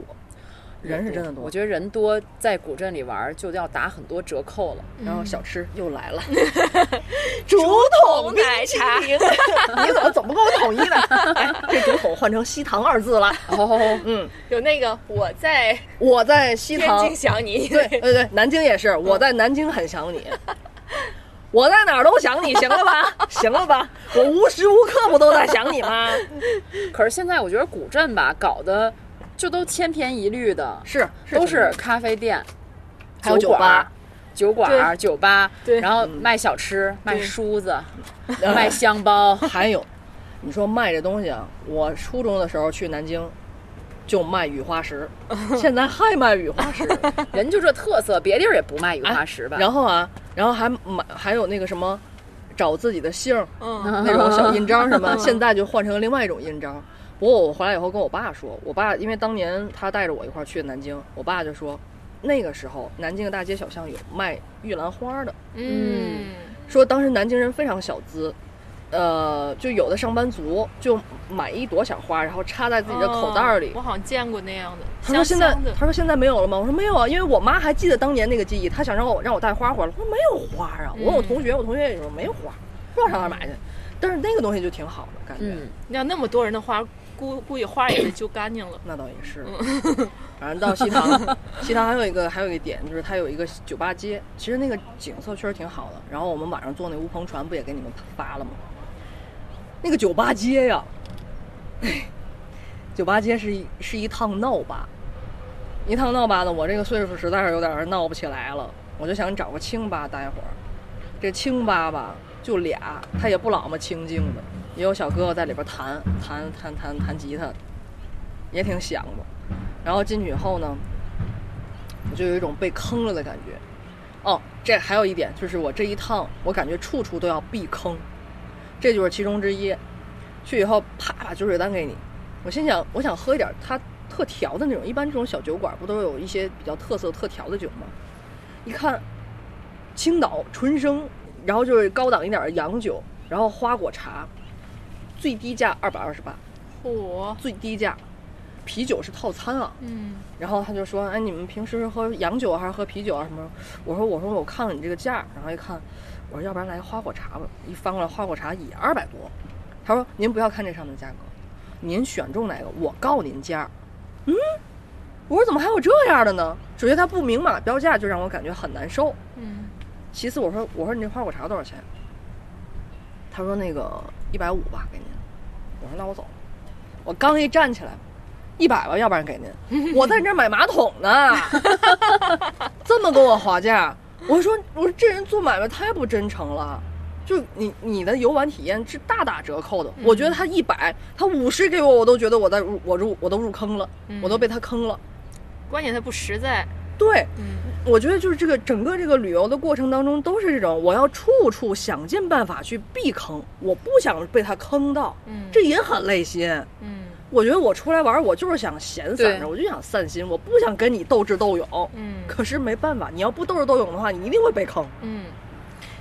Speaker 2: 人是真的多。
Speaker 3: 我觉得人多在古镇里玩儿就要打很多折扣了。
Speaker 2: 然后小吃又来了，
Speaker 4: 竹筒奶茶，
Speaker 2: 你怎么总不跟我统一呢？哎，这竹筒换成西塘二字了。
Speaker 3: 哦，
Speaker 2: 嗯，
Speaker 4: 有那个我在
Speaker 2: 我在西
Speaker 4: 天
Speaker 2: 塘
Speaker 4: 津想你，
Speaker 2: 对对对，南京也是，我在南京很想你，我在哪儿都想你，行了吧？行了吧？我无时无刻不都在想你吗？
Speaker 3: 可是现在我觉得古镇吧搞得就都千篇一律的，
Speaker 2: 是，
Speaker 3: 都是咖啡店，
Speaker 2: 还有酒
Speaker 3: 馆儿
Speaker 2: 吧。嗯
Speaker 3: 酒馆儿、酒吧，
Speaker 4: 对
Speaker 3: 然后卖小吃、卖
Speaker 4: 对
Speaker 3: 梳子、
Speaker 2: 呃
Speaker 3: 卖香包，
Speaker 2: 还有，你说卖这东西啊，我初中的时候去南京。就卖雨花石，现在还卖雨花 石，
Speaker 3: 人就这特色，别地儿也不卖雨花石吧？
Speaker 2: 然后啊，然后还买还有那个什么，找自己的姓儿，
Speaker 4: 嗯，
Speaker 2: 那种小印章什么， 现在就换成另外一种印章。不过我回来以后跟我爸说，我爸因为当年他带着我一块儿去南京，我爸就说，那个时候南京的大街小巷有卖玉兰花的，
Speaker 4: 嗯，
Speaker 2: 说当时南京人非常小资，呃，就有的上班族就买一朵小花，然后插在自己的口袋儿里。
Speaker 4: 哦我好像见过那样的。
Speaker 2: 他说现在
Speaker 4: 香香，的
Speaker 2: 他说现在没有了吗？我说没有啊，因为我妈还记得当年那个记忆，她想让我让我带花回来，我说没有花啊。我问
Speaker 4: 嗯
Speaker 2: 我同学，我同学也说没有花，不知道上哪儿买去。但是那个东西就挺好的感觉。
Speaker 3: 嗯，
Speaker 4: 你看那么多人的花，估估计花也得揪干净了。
Speaker 2: 那倒也是， 反正到西塘，西塘还有一个还有一个点就是它有一个酒吧街，其实那个景色确实挺好的。然后我们晚上坐那乌篷船，不也给你们发了吗？那个酒吧街呀，哎酒吧街是一是一趟闹吧，一趟闹吧呢，我这个岁数实在是有点儿闹不起来了，我就想找个清吧待会儿。这清吧吧就俩，他也不老么清静的，也有小哥哥在里边弹弹弹弹弹吉他，也挺响的。然后进去以后呢，我就有一种被坑了的感觉。哦，这还有一点就是我这一趟，我感觉处处都要避坑，这就是其中之一。去以后啪把酒水单给你，我心想我想喝一点它特调的那种，一般这种小酒馆不都有一些比较特色特调的酒吗？一看，青岛纯生，然后就是高档一点的洋酒，然后花果茶，最低价二百二十八，
Speaker 4: 嚯，
Speaker 2: 最低价，啤酒是套餐啊。
Speaker 4: 嗯，
Speaker 2: 然后他就说：“哎，你们平时是喝洋酒还是喝啤酒啊？什么？”我说：“我说我看了你这个价儿，然后一看，我说要不然来花果茶吧。”一翻过来，花果茶也二百多。他说：“您不要看这上面的价格，您选中哪个，我告您价儿。”嗯，我说怎么还有这样的呢？首先他不明码标价，就让我感觉很难受。
Speaker 4: 嗯，
Speaker 2: 其次我说我说你这花果茶多少钱？他说那个一百五吧，给您。我说那我走。我刚一站起来，一百吧，要不然给您。我在你这儿买马桶呢， 这么跟我划价，我说我说这人做买卖太不真诚了。就你你的游玩体验是大打折扣的，我觉得他一百，他五十给我，我都觉得我在入我入我都入坑了，我都被他坑了。
Speaker 4: 嗯关键它不实在。
Speaker 2: 对，
Speaker 4: 嗯，
Speaker 2: 我觉得就是这个整个这个旅游的过程当中都是这种，我要处处想尽办法去避坑，我不想被他坑到，
Speaker 4: 嗯
Speaker 2: 这也很累心。
Speaker 4: 嗯，
Speaker 2: 我觉得我出来玩儿，我就是想闲散
Speaker 3: 对
Speaker 2: 着，我就想散心，我不想跟你斗智斗勇。
Speaker 4: 嗯
Speaker 2: 可是没办法，你要不斗智斗勇的话，你一定会被坑。
Speaker 4: 嗯，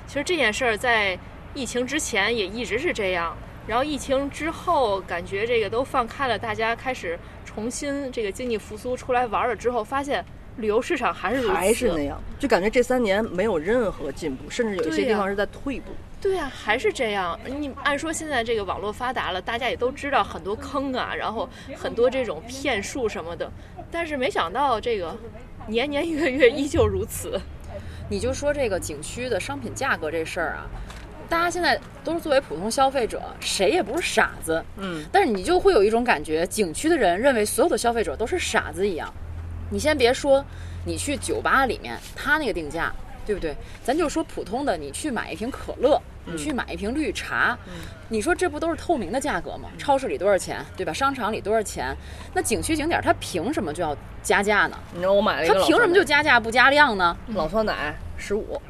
Speaker 4: 其实这件事儿在疫情之前也一直是这样，然后疫情之后感觉这个都放开了，大家开始重新这个经济复苏出来玩儿了之后，发现旅游市场还是如此，
Speaker 2: 还是那样，就感觉这三年没有任何进步，甚至有一些
Speaker 4: 对呀
Speaker 2: 地方是在退步。
Speaker 4: 对呀、还是这样。你按说现在这个网络发达了，大家也都知道很多坑啊，然后很多这种骗术什么的，但是没想到这个年年 月月依旧如此。
Speaker 3: 你就说这个景区的商品价格这事儿啊，大家现在都是作为普通消费者，谁也不是傻子，
Speaker 2: 嗯，
Speaker 3: 但是你就会有一种感觉，景区的人认为所有的消费者都是傻子一样。你先别说，你去酒吧里面，他那个定价，对不对？咱就说普通的，你去买一瓶可乐，
Speaker 2: 嗯
Speaker 3: 你去买一瓶绿茶，你说这不都是透明的价格
Speaker 2: 嗯
Speaker 3: 吗？超市里多少钱，对吧？商场里多少钱？那景区景点它凭什么就要加价呢？
Speaker 2: 你知道我买了一
Speaker 3: 它
Speaker 2: 个老
Speaker 3: 凭
Speaker 2: 酸
Speaker 3: 什么就加价不加量呢？
Speaker 2: 奶老酸奶十五？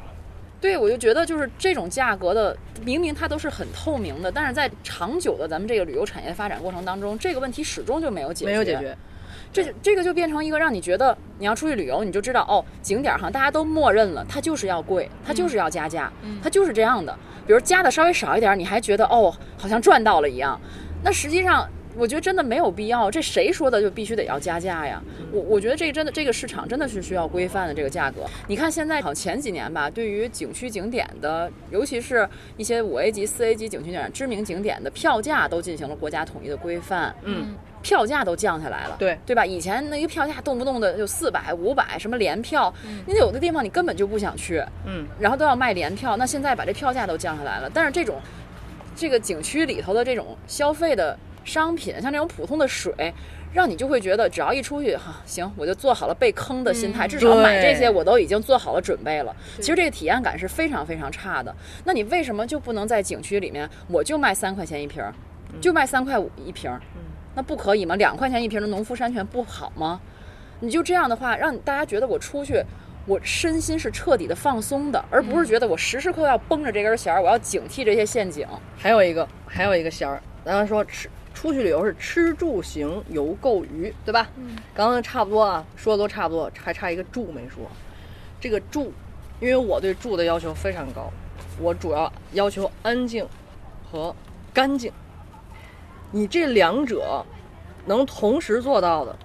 Speaker 3: 对，我就觉得就是这种价格的，明明它都是很透明的，但是在长久的咱们这个旅游产业发展过程当中，这个问题始终就没有解决，
Speaker 2: 没有解。决。
Speaker 3: 这就这个就变成一个让你觉得你要出去旅游，你就知道哦，景点儿好像大家都默认了，它就是要贵，它就是
Speaker 2: 嗯
Speaker 3: 要加价，它就是这样的。比如加的稍微少一点儿，你还觉得哦，好像赚到了一样。那实际上，我觉得真的没有必要。这谁说的就必须得要加价呀？我我觉得这真的这个市场真的是需要规范的这个价格。你看现在好像前几年吧，对于景区景点的，尤其是一些五 A 级、四 A 级景区景点知名景点的票价都进行了国家统一的规范。
Speaker 2: 嗯，
Speaker 3: 票价都降下来了，
Speaker 2: 对
Speaker 3: 对吧？以前那个票价动不动的就四百、五百，什么联票，你有的地方你根本就不想去，
Speaker 2: 嗯，
Speaker 3: 然后都要卖联票。那现在把这票价都降下来了，但是这种这个景区里头的这种消费的商品，像这种普通的水。让你就会觉得，只要一出去，哈、行，我就做好了被坑的心态，至少买这些
Speaker 2: 对
Speaker 3: 我都已经做好了准备了。其实这个体验感是非常非常差的。那你为什么就不能在景区里面，我就卖三块钱一瓶儿，就卖三块五一瓶儿？那不可以吗？两块钱一瓶的农夫山泉不好吗？你就这样的话，让大家觉得我出去，我身心是彻底的放松的，而不是觉得我时时刻刻要绷着这根弦儿，我要警惕这些陷阱。
Speaker 2: 还有一个，还有一个仙儿，咱刚才说吃出去旅游是吃住行游购娱，对吧？嗯，刚刚差不多啊，说的都差不多，还差一个住没说。这个住，因为我对住的要求非常高，我主要要求安静和干净。你这两者能同时做到的，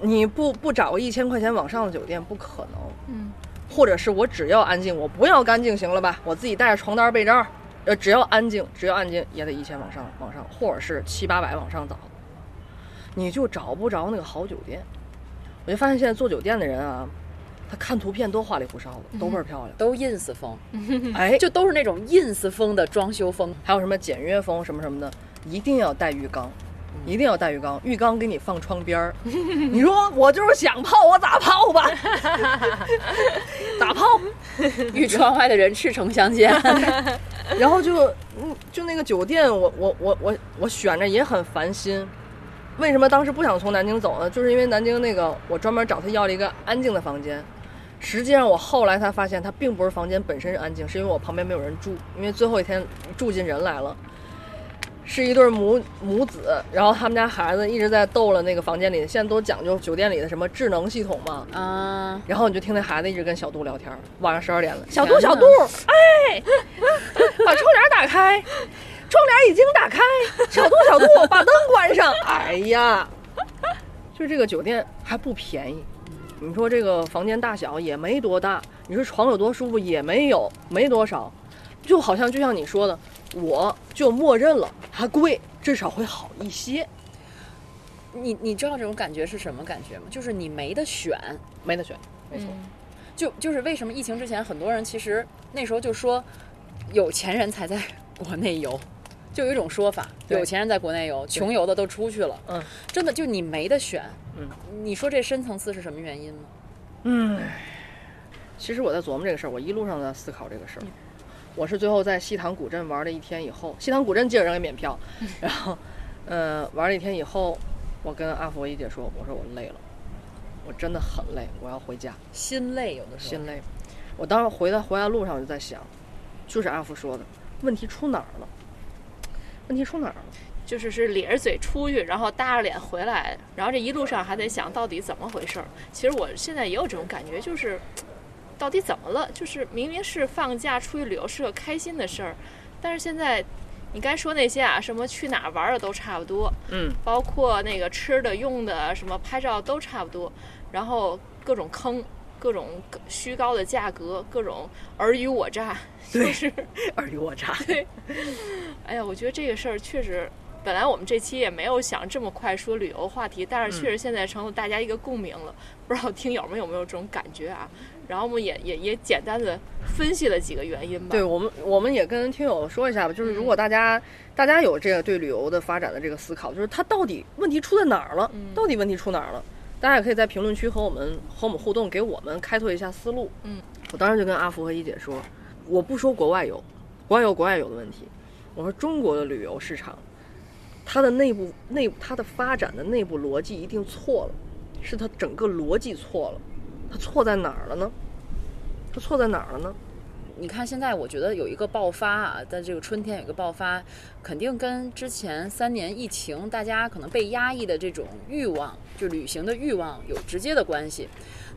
Speaker 2: 你不不找个一千块钱往上的酒店不可能。
Speaker 4: 嗯
Speaker 2: 或者是我只要安静，我不要干净，行了吧？我自己带着床单被罩，呃，只要安静，只要安静也得一千往上往上，或者是七八百往上找，你就找不着那个好酒店。我就发现现在做酒店的人啊，他看图片都花里胡哨的，都倍儿漂亮。
Speaker 3: 都 ins 风，
Speaker 2: 哎，
Speaker 3: 就都是那种 ins 风的装修风。
Speaker 2: 还有什么简约风什么什么的，一定要带浴缸，一定要带浴缸，浴缸给你放窗边儿。你说我就是想泡，我咋泡吧？ 咋泡？
Speaker 3: 与窗外的人赤诚相见，
Speaker 2: 然后就嗯，就那个酒店，我我我我我选着也很烦心。为什么当时不想从南京走呢？就是因为南京那个，我专门找他要了一个安静的房间。实际上，我后来才发现，它并不是房间本身安静，是因为我旁边没有人住。因为最后一天住进人来了，是一对母母子，然后他们家孩子一直在逗了那个房间里。现在都讲究酒店里的什么智能系统嘛，
Speaker 3: 啊，
Speaker 2: 然后你就听那孩子一直跟小杜聊天儿，晚上十二点了，小
Speaker 3: 杜小杜
Speaker 2: 哎，把窗帘打开，窗帘已经打开，小杜小杜，把灯关上。哎呀，就这个酒店还不便宜，你说这个房间大小也没多大，你说床有多舒服也没有，没多少，就好像就像你说的，我就默认了它贵，至少会好一些，
Speaker 3: 你你知道这种感觉是什么感觉吗？就是你没得选，
Speaker 2: 没得选，没错，
Speaker 4: 嗯
Speaker 3: 就就是为什么疫情之前，很多人其实那时候就说，有钱人才在国内游，就有一种说法，
Speaker 2: 对
Speaker 3: 有钱人在国内游，穷游的都出去了。
Speaker 2: 嗯，
Speaker 3: 真的就你没得选。
Speaker 2: 嗯，
Speaker 3: 你说这深层次是什么原因吗？
Speaker 2: 嗯，其实我在琢磨这个事儿，我一路上都在思考这个事儿。我是最后在西塘古镇玩了一天以后，西塘古镇基本上给免票， 然后，呃，玩了一天以后，我跟阿佛一姐说，我说我累了，我真的很累，我要回家，
Speaker 3: 心累，有的时候
Speaker 2: 心累。我当时回到回来路上我就在想，就是阿福说的，问题出哪儿了？问题出哪儿了？
Speaker 4: 就是是咧着嘴出去，然后耷着脸回来，然后这一路上还得想到底怎么回事儿。其实我现在也有这种感觉，就是到底怎么了？就是明明是放假出去旅游是个开心的事儿，但是现在你该说那些啊，什么去哪儿玩儿的都差不多，
Speaker 2: 嗯，
Speaker 4: 包括那个吃的、用的、什么拍照都差不多，然后各种坑。各种虚高的价格，各种尔虞我诈，就是，
Speaker 2: 尔虞我诈。
Speaker 4: 哎呀，我觉得这个事儿确实，本来我们这期也没有想这么快说旅游话题，但是
Speaker 2: 嗯
Speaker 4: 确实现在成了大家一个共鸣了。不知道听友们有没有这种感觉啊？然后我们也也也简单的分析了几个原因吧。嗯
Speaker 2: 对我们，我们也跟听友说一下吧，就是如果大家、大家有这个对旅游的发展的这个思考，就是它到底问题出在哪儿了？
Speaker 4: 嗯
Speaker 2: 到底问题出哪儿了？大家也可以在评论区和我们和我们互动，给我们开拓一下思路。
Speaker 4: 嗯，
Speaker 2: 我当时就跟阿福和一姐说，我不说国外游，国外有国外有的问题，我说中国的旅游市场，它的内部内部它的发展的内部逻辑一定错了，是它整个逻辑错了，它错在哪儿了呢？它错在哪儿了呢？
Speaker 3: 你看现在，我觉得有一个爆发啊，在这个春天有一个爆发，肯定跟之前三年疫情大家可能被压抑的这种欲望，就旅行的欲望有直接的关系。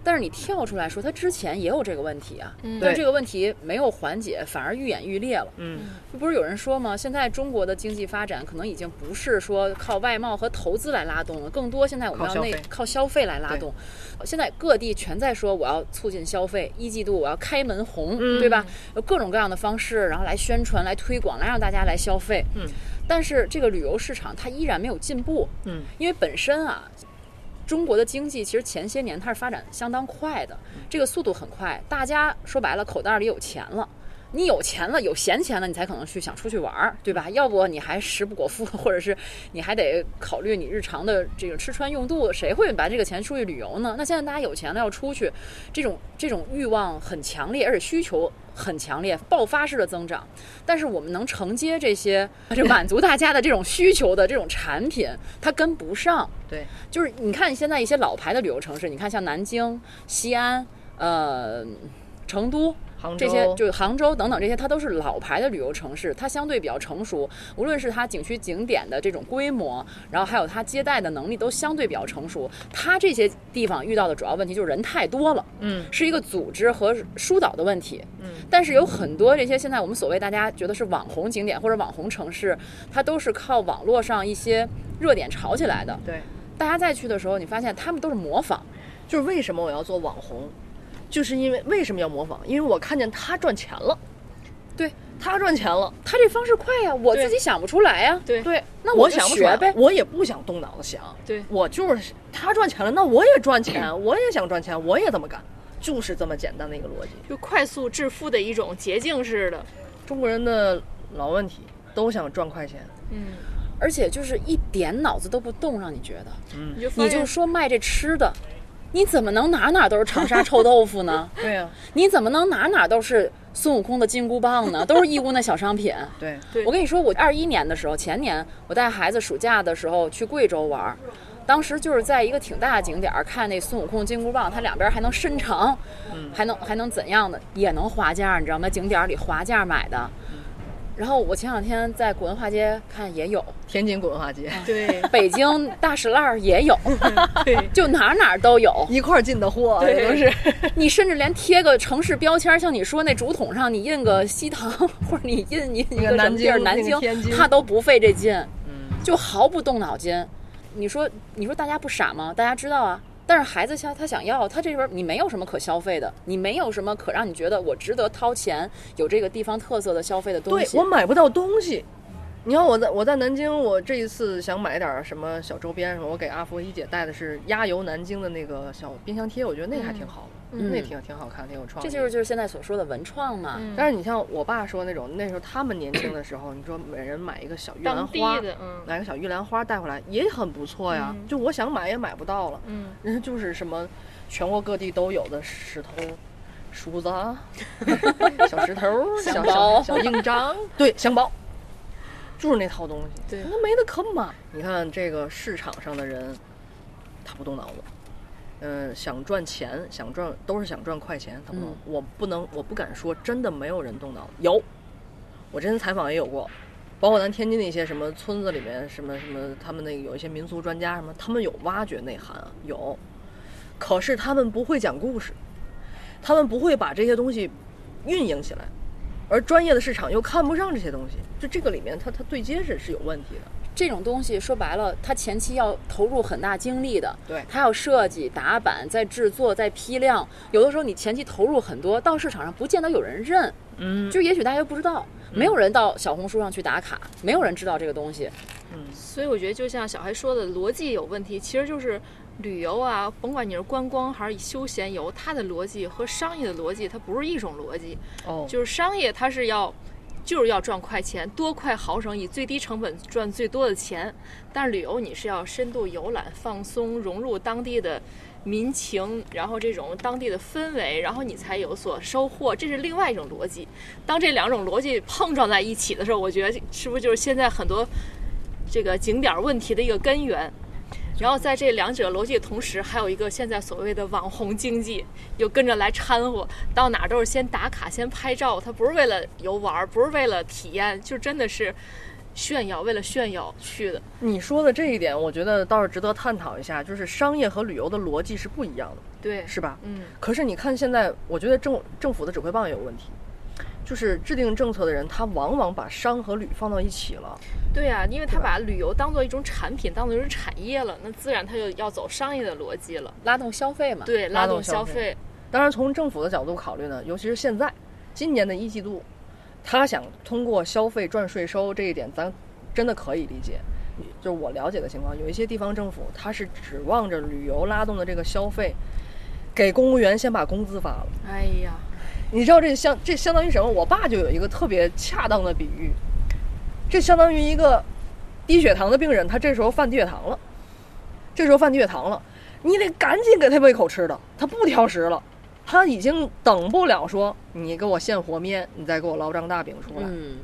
Speaker 3: 但是你跳出来说，它之前也有这个问题啊，
Speaker 4: 嗯
Speaker 3: 但
Speaker 2: 对
Speaker 3: 这个问题没有缓解，反而愈演愈烈了。
Speaker 2: 嗯，
Speaker 3: 这不是有人说吗？现在中国的经济发展可能已经不是说靠外贸和投资来拉动了，更多现在我们
Speaker 2: 靠
Speaker 3: 要
Speaker 2: 消
Speaker 3: 内
Speaker 2: 费
Speaker 3: 靠消费来拉
Speaker 2: 对
Speaker 3: 动。现在各地全在说我要促进消费，一季度我要开门红，
Speaker 2: 嗯
Speaker 3: 对吧？有各种各样的方式，然后来宣传、来推广，来让大家来消费。
Speaker 2: 嗯，
Speaker 3: 但是这个旅游市场它依然没有进步。
Speaker 2: 嗯，
Speaker 3: 因为本身啊。中国的经济其实前些年它是发展相当快的，
Speaker 2: 嗯
Speaker 3: 这个速度很快。大家说白了，口袋里有钱了，你有钱了，有闲钱了，你才可能去想出去玩儿，对吧？要不你还食不果腹， 或者是你还得考虑你日常的这个吃穿用度，谁会把这个钱出去旅游呢？那现在大家有钱了要出去，这种这种欲望很强烈，而且需求很强烈，爆发式的增长。但是我们能承接这些，就满足大家的这种需求的这种产品，它跟不上。
Speaker 2: 对，
Speaker 3: 就是你看现在一些老牌的旅游城市，你看像南京、西安、呃成都，
Speaker 2: 杭州
Speaker 3: 这些就是杭州等等这些，它都是老牌的旅游城市，它相对比较成熟。无论是它景区景点的这种规模，然后还有它接待的能力，都相对比较成熟。它这些地方遇到的主要问题就是人太多了，
Speaker 2: 嗯，
Speaker 3: 是一个组织和疏导的问题。
Speaker 2: 嗯，
Speaker 3: 但是有很多这些现在我们所谓大家觉得是网红景点或者网红城市，它都是靠网络上一些热点炒起来的。
Speaker 2: 对，
Speaker 3: 大家再去的时候，你发现他们都是模仿。
Speaker 2: 就是为什么我要做网红，就是因为为什么要模仿？因为我看见他赚钱了，
Speaker 3: 对
Speaker 2: 他赚钱了，
Speaker 3: 他这方式快呀、我
Speaker 4: 对
Speaker 3: 自己想不出来呀、
Speaker 4: 对
Speaker 2: 对，
Speaker 3: 那
Speaker 2: 我
Speaker 3: 就
Speaker 2: 想不出
Speaker 3: 学
Speaker 2: 来
Speaker 3: 呗。
Speaker 2: 我也不想动脑子想，
Speaker 4: 对
Speaker 2: 我就是他赚钱了，那我也赚钱，我也想赚钱，我也这么干，就是这么简单的一个逻辑。
Speaker 4: 就快速致富的一种捷径似的。
Speaker 2: 中国人的老问题都想赚快钱，
Speaker 4: 嗯，
Speaker 3: 而且就是一点脑子都不动，让你觉得，
Speaker 2: 嗯
Speaker 4: 你就
Speaker 3: 你
Speaker 4: 发现
Speaker 3: 就说卖这吃的，你怎么能哪哪都是长沙臭豆腐呢？
Speaker 2: 对呀、
Speaker 3: 你怎么能哪哪都是孙悟空的金箍棒呢？都是义乌那小商品。
Speaker 2: 对，
Speaker 4: 对
Speaker 3: 我跟你说，我二一年的时候，前年我带孩子暑假的时候去贵州玩儿，当时就是在一个挺大的景点儿看那孙悟空金箍棒，它两边还能伸长，还能还能怎样的，也能划价，你知道吗？景点儿里划价买的。然后我前两天在古文化街看也有，
Speaker 2: 天津滚化街。
Speaker 4: 对
Speaker 3: 北京大石烂儿也有，
Speaker 4: 对，
Speaker 3: 就哪儿哪儿都有。
Speaker 2: 一块儿进的货，
Speaker 4: 对
Speaker 2: 都是
Speaker 3: 你甚至连贴个城市标签儿，像你说那竹筒上你印个西塘， 或者你印印一
Speaker 2: 那
Speaker 3: 个
Speaker 2: 个
Speaker 3: 什
Speaker 2: 南
Speaker 3: 么地儿，
Speaker 2: 京
Speaker 3: 南
Speaker 2: 那个
Speaker 3: 京
Speaker 2: 天，津
Speaker 3: 他都不费这劲，
Speaker 2: 嗯
Speaker 3: 就毫不动脑筋。你说，你说大家不傻吗？大家知道啊。但是孩子他他想要，他这边你没有什么可消费的，你没有什么可让你觉得我值得掏钱有这个地方特色的消费的东
Speaker 2: 对
Speaker 3: 西。
Speaker 2: 我买不到东西。你看我在我在南京，我这一次想买点儿什么小周边什么，我给阿福一姐带的是鸭油南京的那个小冰箱贴，我觉得那个还挺好的，
Speaker 3: 嗯
Speaker 2: 那挺挺好看，挺有创意。
Speaker 3: 这就是就是现在所说的文创嘛。
Speaker 4: 嗯
Speaker 2: 但是你像我爸说那种，那时候他们年轻的时候，你说每人买一个小玉兰
Speaker 4: 当地
Speaker 2: 花，
Speaker 4: 的，嗯
Speaker 2: 买个小玉兰花带回来也很不错呀。
Speaker 4: 嗯
Speaker 2: 就我想买也买不到了，
Speaker 4: 嗯，
Speaker 2: 人家就是什么全国各地都有的石头、梳子啊、小石头儿、小
Speaker 3: 包
Speaker 2: 小小印章，对，香包，就是那套东西，
Speaker 4: 对
Speaker 2: 那没得可买。你看这个市场上的人，他不动脑子。嗯、想赚钱，想赚都是想赚快钱。他不动，
Speaker 3: 嗯
Speaker 2: 我不能，我不敢说真的没有人动脑子。有，我之前采访也有过，包括咱天津的一些什么村子里面什么什么，他们那个有一些民俗专家什么，他们有挖掘内涵啊，有，可是他们不会讲故事，他们不会把这些东西运营起来，而专业的市场又看不上这些东西，就这个里面它它对接是是有问题的。
Speaker 3: 这种东西说白了，它前期要投入很大精力的，
Speaker 2: 对
Speaker 3: 它要设计、打版、再制作、再批量，有的时候你前期投入很多，到市场上不见得有人认，
Speaker 2: 嗯，
Speaker 3: 就也许大家不知道，没有人到小红书上去打卡，没有人知道这个东西，
Speaker 4: 所以我觉得，就像小黑说的，逻辑有问题，其实就是旅游啊，甭管你是观光还是休闲游，它的逻辑和商业的逻辑它不是一种逻辑。
Speaker 2: 哦，
Speaker 4: 就是商业它是要就是要赚快钱，多快好省，以最低成本赚最多的钱。但是旅游你是要深度游览、放松、融入当地的民情，然后这种当地的氛围，然后你才有所收获，这是另外一种逻辑。当这两种逻辑碰撞在一起的时候，我觉得是不是就是现在很多这个景点问题的一个根源？然后在这两者逻辑的同时，还有一个现在所谓的网红经济又跟着来掺和，到哪儿都是先打卡、先拍照，它不是为了游玩儿，不是为了体验，就真的是炫耀，为了炫耀去的。
Speaker 2: 你说的这一点，我觉得倒是值得探讨一下，就是商业和旅游的逻辑是不一样的，
Speaker 4: 对，
Speaker 2: 是吧？
Speaker 4: 嗯，
Speaker 2: 可是你看现在，我觉得政政府的指挥棒也有问题，就是制定政策的人，他往往把商和旅放到一起了。
Speaker 4: 对啊，因为他把旅游当做一种产品，当做一种产业了，那自然他就要走商业的逻辑了，
Speaker 3: 拉动消费嘛。
Speaker 4: 对，
Speaker 2: 拉
Speaker 4: 拉
Speaker 2: 动
Speaker 4: 动
Speaker 2: 消
Speaker 4: 消
Speaker 2: 费
Speaker 4: 费。
Speaker 2: 当然，从政府的角度考虑呢，尤其是现在今年的一季度，他想通过消费赚税收这一点，咱真的可以理解。就是我了解的情况，有一些地方政府他是指望着旅游拉动的这个消费，给公务员先把工资发了。
Speaker 4: 哎呀，
Speaker 2: 你知道这相这相当于什么？我爸就有一个特别恰当的比喻，这相当于一个低血糖的病人，他这时候犯低血糖了，这时候犯低血糖了，你得赶紧给他喂口吃的，他不挑食了，他已经等不了说你给我现和面，你再给我捞张大饼出来，
Speaker 3: 嗯，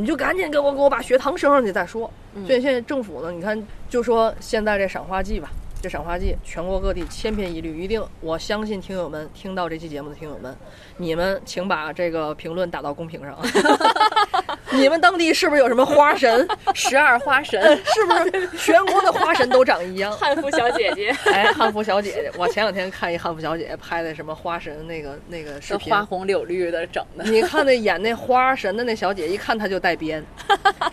Speaker 2: 你就赶紧给我给我把血糖升上去再说。
Speaker 3: 嗯
Speaker 2: 所以现在政府呢，你看就说现在这赏花季吧，这赏花季全国各地千篇一律，一定我相信听友们听到这期节目的听友们，你们请把这个评论打到公屏上 啊，你们当地是不是有什么花神？
Speaker 3: 十二花神
Speaker 2: 是不是全国的花神都长一 样？
Speaker 4: 汉服小姐姐，
Speaker 2: 哎，汉服小姐姐，我前两天看一汉服小姐姐拍的什么花神那个那个视
Speaker 3: 这
Speaker 2: 频，
Speaker 3: 花红柳绿的整的，
Speaker 2: 你看那演那花神的那小姐，一看她就带编，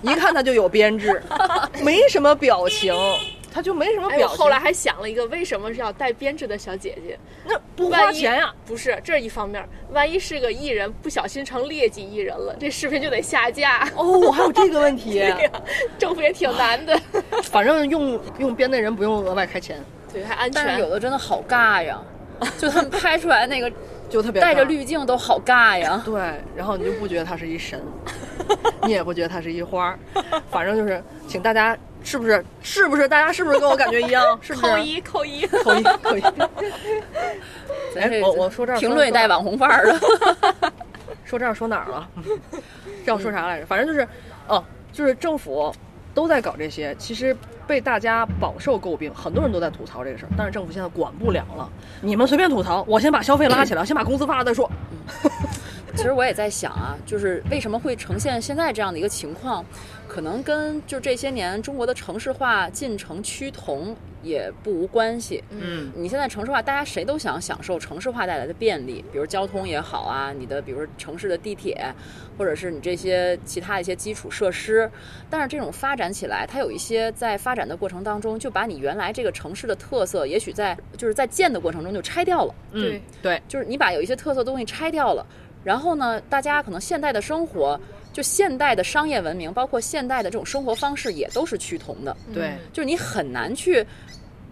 Speaker 2: 一看她就有编 制，没什么表情，她就没什么
Speaker 4: 哎，我
Speaker 2: 表情。
Speaker 4: 后来还想了一个，为什么是要带编制的小姐姐？
Speaker 2: 那不花钱呀、
Speaker 4: 不是，这是一方面儿。万一是个艺人，不小心成劣迹艺人了，这视频就得下架。
Speaker 2: 哦，还有这个问题，
Speaker 4: 政府也挺难的，
Speaker 2: 反正用用编的人不用额外开钱，
Speaker 4: 对，还安
Speaker 3: 但是
Speaker 4: 全
Speaker 3: 有。的真的好 尬呀，就他们拍出来那个
Speaker 2: 就特别
Speaker 3: 带着
Speaker 2: 尬。
Speaker 3: 滤镜都好尬呀。
Speaker 2: 对，然后你就不觉得她是一 神，你也不觉得她是一花儿，反正就是，请大家是不是是不是大家是不是跟我感觉一 样？是不是？
Speaker 4: 扣一扣一，
Speaker 2: 扣一扣一。
Speaker 3: 咱这
Speaker 2: 哎我我说这儿
Speaker 3: 评论也带网红范儿的，
Speaker 2: 说这儿说哪儿 了？这要说啥来着？反正就是，哦，就是政府都在搞这些，其实被大家饱受诟病，很多人都在吐槽这个事儿，但是政府现在管不了了，你们随便吐槽，我先把消费拉起 来，先把工资发了再说。
Speaker 3: 其实我也在想啊，就是为什么会呈现现在这样的一个情况，可能跟就这些年中国的城市化进程趋同也不无关系。
Speaker 1: 嗯，
Speaker 3: 你现在城市化，大家谁都想享受城市化带来的便利，比如交通也好啊，你的比如说城市的地铁，或者是你这些其他的一些基础设施。但是这种发展起来，它有一些在发展的过程当中，就把你原来这个城市的特色，也许在就是在建的过程中就拆掉了。
Speaker 2: 嗯
Speaker 4: 对，
Speaker 2: 对，
Speaker 3: 就是你把有一些特色东西拆掉了，然后呢，大家可能现代的生活，就现代的商业文明，包括现代的这种生活方式也都是趋同的，
Speaker 2: 对
Speaker 3: 就是你很难去。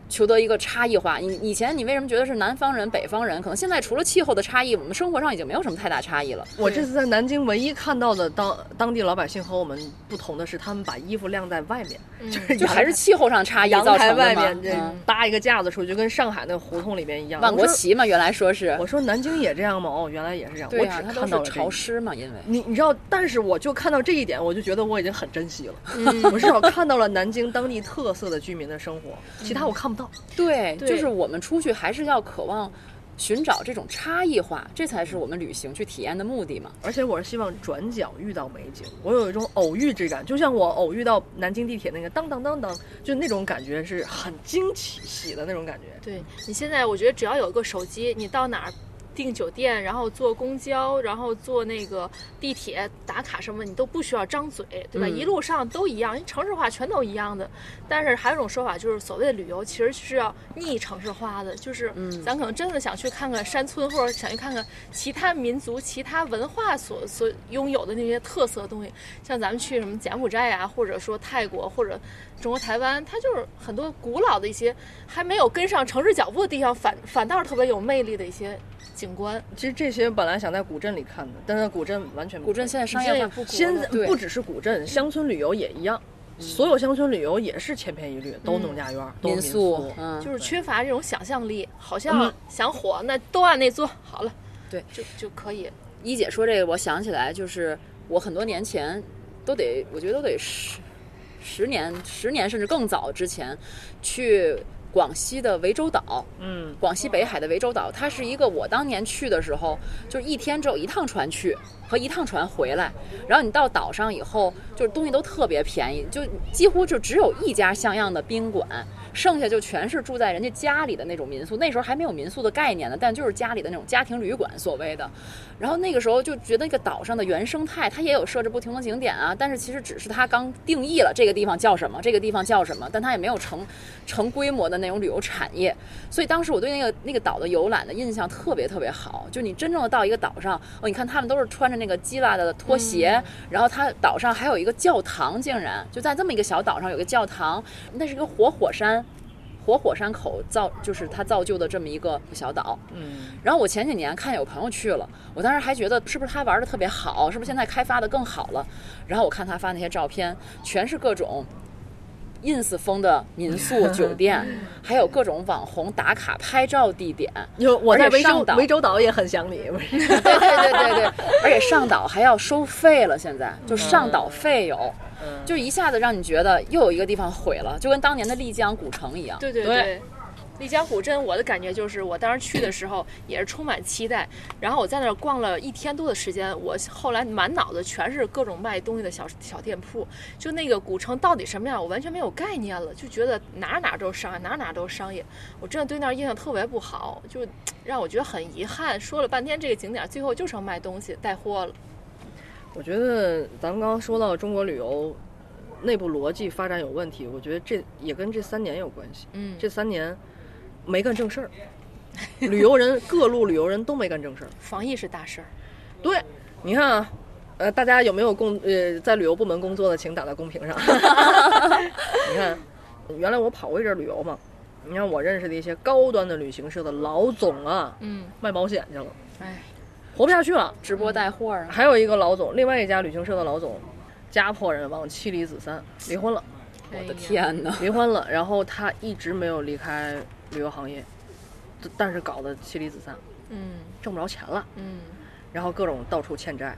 Speaker 3: 求得一个差异化，你以前你为什么觉得是南方人、北方人？可能现在除了气候的差异，我们生活上已经没有什么太大 差异了。
Speaker 2: 我这次在南京唯一看到的当当地老百姓和我们不同的是，他们把衣服晾在外面，
Speaker 4: 嗯
Speaker 2: 就是
Speaker 3: 就还是气候上差异
Speaker 2: 阳
Speaker 3: 造
Speaker 2: 台
Speaker 3: 成
Speaker 2: 外
Speaker 3: 的嘛。
Speaker 2: 面这
Speaker 3: 嗯
Speaker 2: 搭一个架子出去，就跟上海那个胡同里面一样。
Speaker 3: 万国
Speaker 2: 我说
Speaker 3: 旗嘛，原来说是，
Speaker 2: 我说南京也这样吗？哦，原来也是这样。
Speaker 3: 对
Speaker 2: 我
Speaker 3: 呀、
Speaker 2: 只
Speaker 3: 它
Speaker 2: 看
Speaker 3: 都
Speaker 2: 到了
Speaker 3: 是
Speaker 2: 这
Speaker 3: 潮
Speaker 2: 一
Speaker 3: 湿嘛，因为
Speaker 2: 你你知道，但是我就看到这一点，我就觉得我已经很珍惜了。我
Speaker 4: 嗯，
Speaker 2: 至少看到了南京当地特色的居民的生活，其他我看不到。
Speaker 3: 对，
Speaker 4: 对
Speaker 3: 就是我们出去还是要渴望寻找这种差异化，这才是我们旅行去体验的目的嘛。
Speaker 2: 而且我是希望转角遇到美景，我有一种偶遇之感，就像我偶遇到南京地铁那个当当当当，就那种感觉是很惊喜喜的那种感觉。
Speaker 4: 对你现在，我觉得只要有一个手机，你到哪儿订酒店，然后坐公交，然后坐那个地铁打卡什么，你都不需要张嘴，对吧？
Speaker 2: 嗯
Speaker 4: 一路上都一样，城市化全都一样的。但是还有一种说法，就是所谓的旅游其实是要逆城市化的，就是
Speaker 3: 嗯
Speaker 4: 咱可能真的想去看看山村，或者想去看看其他民族、其他文化所所拥有的那些特色的东西。像咱们去什么柬埔寨啊，或者说泰国，或者中国台湾，它就是很多古老的一些还没有跟上城市脚步的地方，反反倒是特别有魅力的一些景观。
Speaker 2: 其实这些本来想在古镇里看的，但是古镇完全没有
Speaker 3: 古镇现在商业
Speaker 4: 这也
Speaker 3: 化
Speaker 4: 不古
Speaker 2: 现
Speaker 4: 了
Speaker 2: 在
Speaker 3: 对嗯
Speaker 2: 不只是古镇，乡村旅游也一样，所有乡村旅游也是千篇一律，都农家院，都
Speaker 3: 民
Speaker 2: 宿
Speaker 3: 宿，，嗯，
Speaker 4: 就是缺乏这种想象力，好
Speaker 2: 嗯
Speaker 4: 像想火、那都按那做好了，
Speaker 3: 对，
Speaker 4: 就就可以。
Speaker 3: 一姐说这个，我想起来，就是我很多年前都得，我觉得都得十十年、十年甚至更早之前去广西的涠洲岛，
Speaker 2: 嗯，
Speaker 3: 广西北海的涠洲岛，它是一个我当年去的时候，就是一天只有一趟船去和一趟船回来，然后你到岛上以后，就是东西都特别便宜，就几乎就只有一家像样的宾馆，剩下就全是住在人家家里的那种民宿。那时候还没有民宿的概念呢，但就是家里的那种家庭旅馆所谓的。然后那个时候就觉得那个岛上的原生态，它也有设置不同的景点啊，但是其实只是它刚定义了这个地方叫什么，这个地方叫什么，但它也没有成成规模的那种旅游产业。所以当时我对那个那个岛的游览的印象特别特别好，就你真正的到一个岛上，哦，你看他们都是穿着那个鸡拉的拖鞋，然后它岛上还有一个教堂，竟然就在这么一个小岛上有个教堂，那是一个活火山。活火山口造就是它造就的这么一个小岛，
Speaker 2: 嗯，
Speaker 3: 然后我前几年看有朋友去了，我当时还觉得是不是他玩的特别好，是不是现在开发的更好了？然后我看他发那些照片，全是各种 ins 风的民宿、酒店，还有各种网红打卡拍照地点。
Speaker 2: 有我在
Speaker 3: 而且
Speaker 2: 涠洲
Speaker 3: 上岛
Speaker 2: 涠洲岛也很想你，不是
Speaker 3: 对对对对对，而且上岛还要收费了，现在就上岛费有，
Speaker 2: 嗯
Speaker 3: 就一下子让你觉得又有一个地方毁了，就跟当年的丽江古城一样。
Speaker 4: 对对
Speaker 2: 对
Speaker 4: 对。丽江古镇，我的感觉就是，我当时去的时候也是充满期待。然后我在那儿逛了一天多的时间，我后来满脑子全是各种卖东西的小小店铺。就那个古城到底什么样，我完全没有概念了，就觉得哪儿哪儿都是商业，哪儿哪儿都是商业。我真的对那儿印象特别不好，就让我觉得很遗憾。说了半天这个景点，最后就成卖东西带货了。
Speaker 2: 我觉得咱们刚刚说到中国旅游内部逻辑发展有问题，我觉得这也跟这三年有关系。
Speaker 4: 嗯，
Speaker 2: 这三年没干正事儿，旅游人各路旅游人都没干正事儿。
Speaker 4: 防疫是大事儿。
Speaker 2: 对，你看啊，呃，大家有没有工呃在旅游部门工作的，请打在公屏上。 你看，原来我跑过一阵儿旅游嘛，你看我认识的一些高端的旅行社的老总啊，
Speaker 4: 嗯，
Speaker 2: 卖保险去了，
Speaker 4: 哎，
Speaker 2: 活不下去了。
Speaker 3: 直播带货啊，
Speaker 2: 还有一个老总，另外一家旅行社的老总，家破人亡，妻离子散，离婚了，
Speaker 4: 我
Speaker 3: 我的，天哪！
Speaker 2: 离婚了，然后他一直没有离开旅游行业，但但是搞得妻离子散，
Speaker 4: 嗯
Speaker 2: 挣不着钱了。
Speaker 4: 嗯
Speaker 2: 然后各种到处欠债。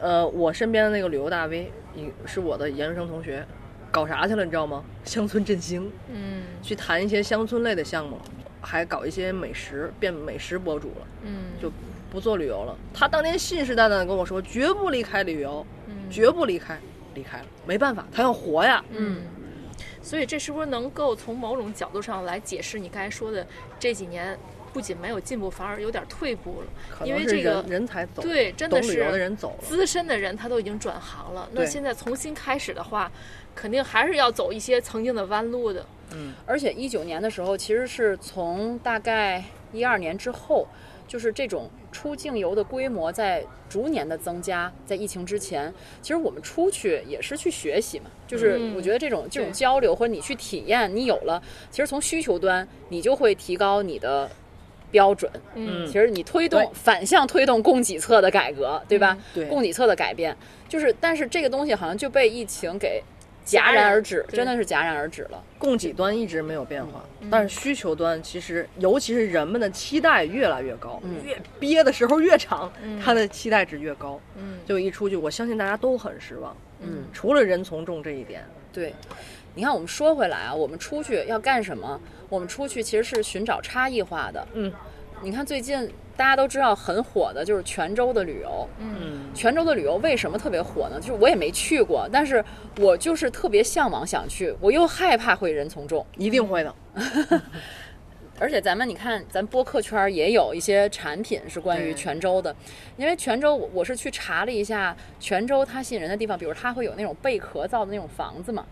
Speaker 2: 呃，我身边的那个旅游大 V，一是我的研究生同学，搞啥去了你知道吗？乡村振兴，
Speaker 4: 嗯
Speaker 2: 去谈一些乡村类的项目，还搞一些美食，变美食博主了，
Speaker 4: 嗯，
Speaker 2: 就不做旅游了。他当年信誓旦旦的跟我说，绝不离开旅游，
Speaker 4: 嗯
Speaker 2: 绝不离开，离开了，没办法，他要活呀。
Speaker 4: 嗯，所以这是不是能够从某种角度上来解释你刚才说的这几年不仅没有进步，反而有点退步了？
Speaker 2: 可
Speaker 4: 因
Speaker 2: 能
Speaker 4: 为
Speaker 2: 是
Speaker 4: 这个
Speaker 2: 人人才走，
Speaker 4: 对，真
Speaker 2: 懂
Speaker 4: 的
Speaker 2: 旅
Speaker 4: 是
Speaker 2: 游的人走了。
Speaker 4: 资深的人他都已经转行了，那
Speaker 2: 对
Speaker 4: 现在重新开始的话，肯定还是要走一些曾经的弯路的。
Speaker 3: 而且一九年的时候，其实是从大概一二年之后，就是这种出境游的规模在逐年的增加。在疫情之前，其实我们出去也是去学习嘛，就是
Speaker 4: 嗯
Speaker 3: 我觉得这种这种
Speaker 4: 对
Speaker 3: 交流或者你去体验，你有了，其实从需求端你就会提高你的标准。
Speaker 2: 嗯
Speaker 3: 其实你推动
Speaker 2: 对
Speaker 3: 反向推动供给侧的改革，对吧
Speaker 4: 嗯？
Speaker 2: 对
Speaker 3: 供给侧的改变，就是但是这个东西好像就被疫情给戛
Speaker 4: 戛
Speaker 3: 然
Speaker 4: 然
Speaker 3: 而止，
Speaker 4: 对
Speaker 3: 真的是戛然而止了。
Speaker 2: 供给端一直没有变化，但是需求端其实，尤其是人们的期待越来越高，
Speaker 3: 嗯
Speaker 2: 越憋的时候越长，
Speaker 4: 嗯
Speaker 2: 他的期待值越高。
Speaker 4: 嗯
Speaker 2: 就一出去，我相信大家都很失望，
Speaker 3: 嗯
Speaker 2: 除了人从众这一点。
Speaker 3: 对，你看我们说回来啊，我们出去要干什么？我们出去其实是寻找差异化的。
Speaker 2: 嗯，
Speaker 3: 你看最近大家都知道很火的就是泉州的旅游，
Speaker 4: 嗯
Speaker 3: 泉州的旅游为什么特别火呢？就是我也没去过，但是我就是特别向往想去，我又害怕会人从众。
Speaker 2: 一定会的。
Speaker 3: 而且咱们你看，咱播客圈儿也有一些产品是关于
Speaker 2: 对
Speaker 3: 泉州的，因为泉州我我是去查了一下，泉州它吸引人的地方，比如它会有那种贝壳造的那种房子嘛，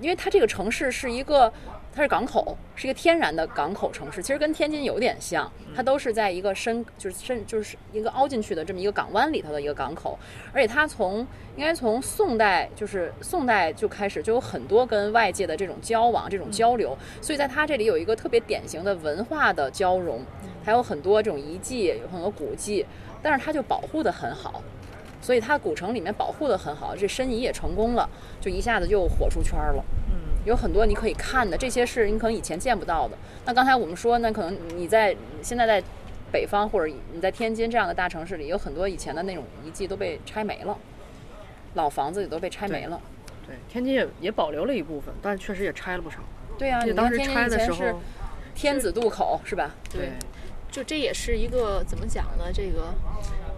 Speaker 3: 因为它这个城市是一个。它是港口，是一个天然的港口城市，其实跟天津有点像，它都是在一个深，就是深，就是一个凹进去的这么一个港湾里头的一个港口，而且它从应该从宋代，就是宋代就开始就有很多跟外界的这种交往、这种交流，所以在它这里有一个特别典型的文化的交融，还有很多这种遗迹，有很多古迹，但是它就保护得很好，所以它古城里面保护得很好，这申遗也成功了，就一下子就火出圈了。
Speaker 2: 嗯，
Speaker 3: 有很多你可以看的，这些是你可能以前见不到的。那刚才我们说，那可能你在现在在北方或者你在天津这样的大城市里，有很多以前的那种遗迹都被拆没了，老房子也都被拆没了。
Speaker 2: 嗯对，天津也也保留了一部分，但确实也拆了不少。
Speaker 3: 对啊，
Speaker 2: 就
Speaker 3: 你
Speaker 2: 当
Speaker 3: 看
Speaker 2: 时
Speaker 3: 天津
Speaker 2: 拆
Speaker 3: 以
Speaker 2: 的时
Speaker 3: 前是
Speaker 2: 候，
Speaker 3: 天子渡口是吧？
Speaker 4: 对，就这也是一个怎么讲呢？这个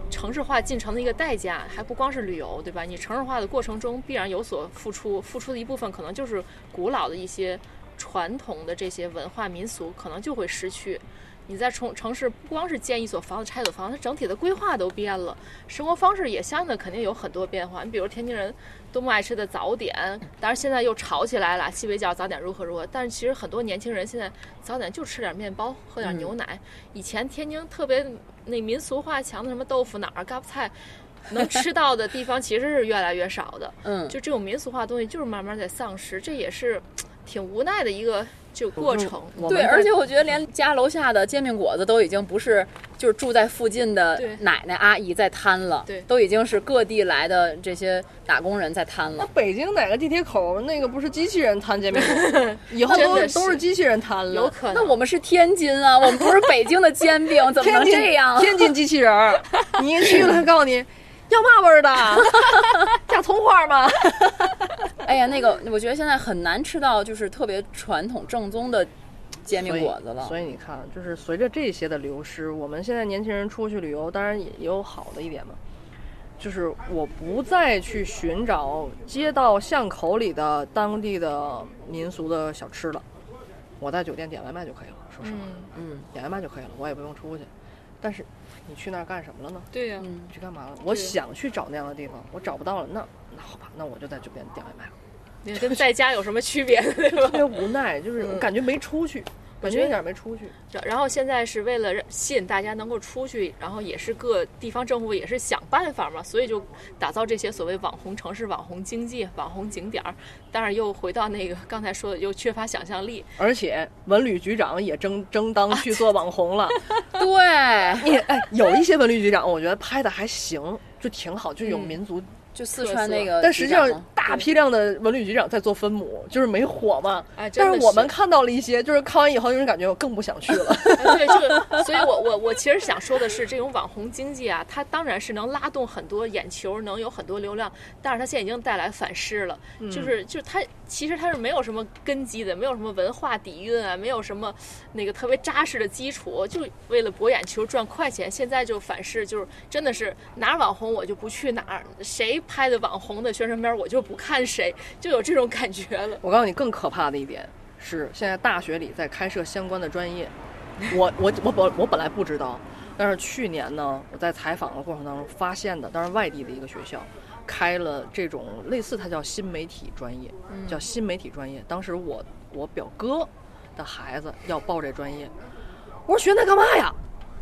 Speaker 4: 城市化进程的一个代价，还不光是旅游，对吧？你城市化的过程中必然有所付出，付出的一部分可能就是古老的一些传统的这些文化民俗，可能就会失去。你在城城市不光是建一所房子、拆一所房子，它整体的规划都变了，生活方式也相应的肯定有很多变化。你比如天津人多么爱吃的早点，当然现在又吵起来了，西北角早点如何如何。但是其实很多年轻人现在早点就吃点面包，喝点
Speaker 3: 嗯
Speaker 4: 牛奶。以前天津特别那民俗化强的什么豆腐脑儿、嘎巴菜，能吃到的地方其实是越来越少的。
Speaker 3: 嗯，
Speaker 4: 就这种民俗化的东西，就是慢慢在丧失，这也是挺无奈的一个就
Speaker 2: 嗯
Speaker 4: 过程。
Speaker 2: 我们
Speaker 3: 对，
Speaker 2: 在
Speaker 3: 而且我觉得连家楼下的煎饼果子都已经不是就是住在附近的
Speaker 4: 对
Speaker 3: 奶奶阿姨在摊了，
Speaker 4: 对
Speaker 3: 都已经是各地来的这些打工人在摊 了
Speaker 2: 那。北京哪个地铁口那个不是机器人摊煎饼 果子？以后
Speaker 4: 真
Speaker 2: 都
Speaker 4: 的是
Speaker 2: 都是机器人摊
Speaker 4: 有
Speaker 2: 了。
Speaker 4: 可能，
Speaker 3: 那我们是天津啊，我们不是北京的煎饼，怎么
Speaker 2: 天
Speaker 3: 能
Speaker 2: 津
Speaker 3: 这样？啊
Speaker 2: 天津机器人儿，你一去了，他告诉你要嘛味儿 的，加葱花吗？
Speaker 3: 哎呀，那个，我觉得现在很难吃到就是特别传统正宗的煎饼果子了。
Speaker 2: 所以你看，就是随着这些的流失，我们现在年轻人出去旅游，当然也也有好的一点嘛，就是我不再去寻找街道巷口里的当地的民俗的小吃了，我在酒店点外卖就可以了，说实话，
Speaker 4: 嗯，
Speaker 3: 嗯
Speaker 2: 点外卖就可以了，我也不用出去。但是你去那儿干什么了呢？
Speaker 4: 对呀、
Speaker 3: 嗯
Speaker 2: 你去干嘛了？我想去找那样的地方，我找不到了，那那好吧，那我就在酒店点外卖 了。
Speaker 4: 你跟在家有什么区别， 对吧
Speaker 2: 特？别无奈，就是我感觉没出去，感嗯觉一点没出去。
Speaker 4: 然然后现在是为了让吸引大家能够出去，然后也是各地方政府也是想办法嘛，所以就打造这些所谓网红城市、网红经济、网红景点儿。当然又回到那个刚才说的，又缺乏想象力。
Speaker 2: 而且文旅局长也争争当去做网红 了。
Speaker 3: 对，
Speaker 2: 你啊哎，有一些文旅局长，我觉得拍的还行，就挺好，就有民族。
Speaker 3: 就四川那个，
Speaker 2: 但实际上，大
Speaker 4: 对
Speaker 2: 批量的文旅局长在做分母，就是没火嘛。
Speaker 4: 哎，真
Speaker 2: 但
Speaker 4: 的
Speaker 2: 是我们看到了一些，就是看完以后，就是感觉我更不想去了。
Speaker 4: 哎对，就所以我，我我其实想说的是，这种网红经济啊，它当然是能拉动很多眼球，能有很多流量，但是它现在已经带来反噬了。就是就是它其实它是没有什么根基的，没有什么文化底蕴啊，没有什么那个特别扎实的基础，就为了博眼球赚快钱，现在就反噬，就是真的是哪儿网红我就不去哪儿，谁拍的网红的宣传片儿我就不看谁，就有这种感觉了。
Speaker 2: 我告诉你，更可怕的一点是，现在大学里在开设相关的专业。我我我本我本来不知道，但是去年呢，我在采访的过程当中发现的，当然外地的一个学校开了这种类似，它叫新媒体专业，
Speaker 3: 嗯
Speaker 2: 叫新媒体专业。当时我我表哥的孩子要报这专业，我说学那干嘛呀？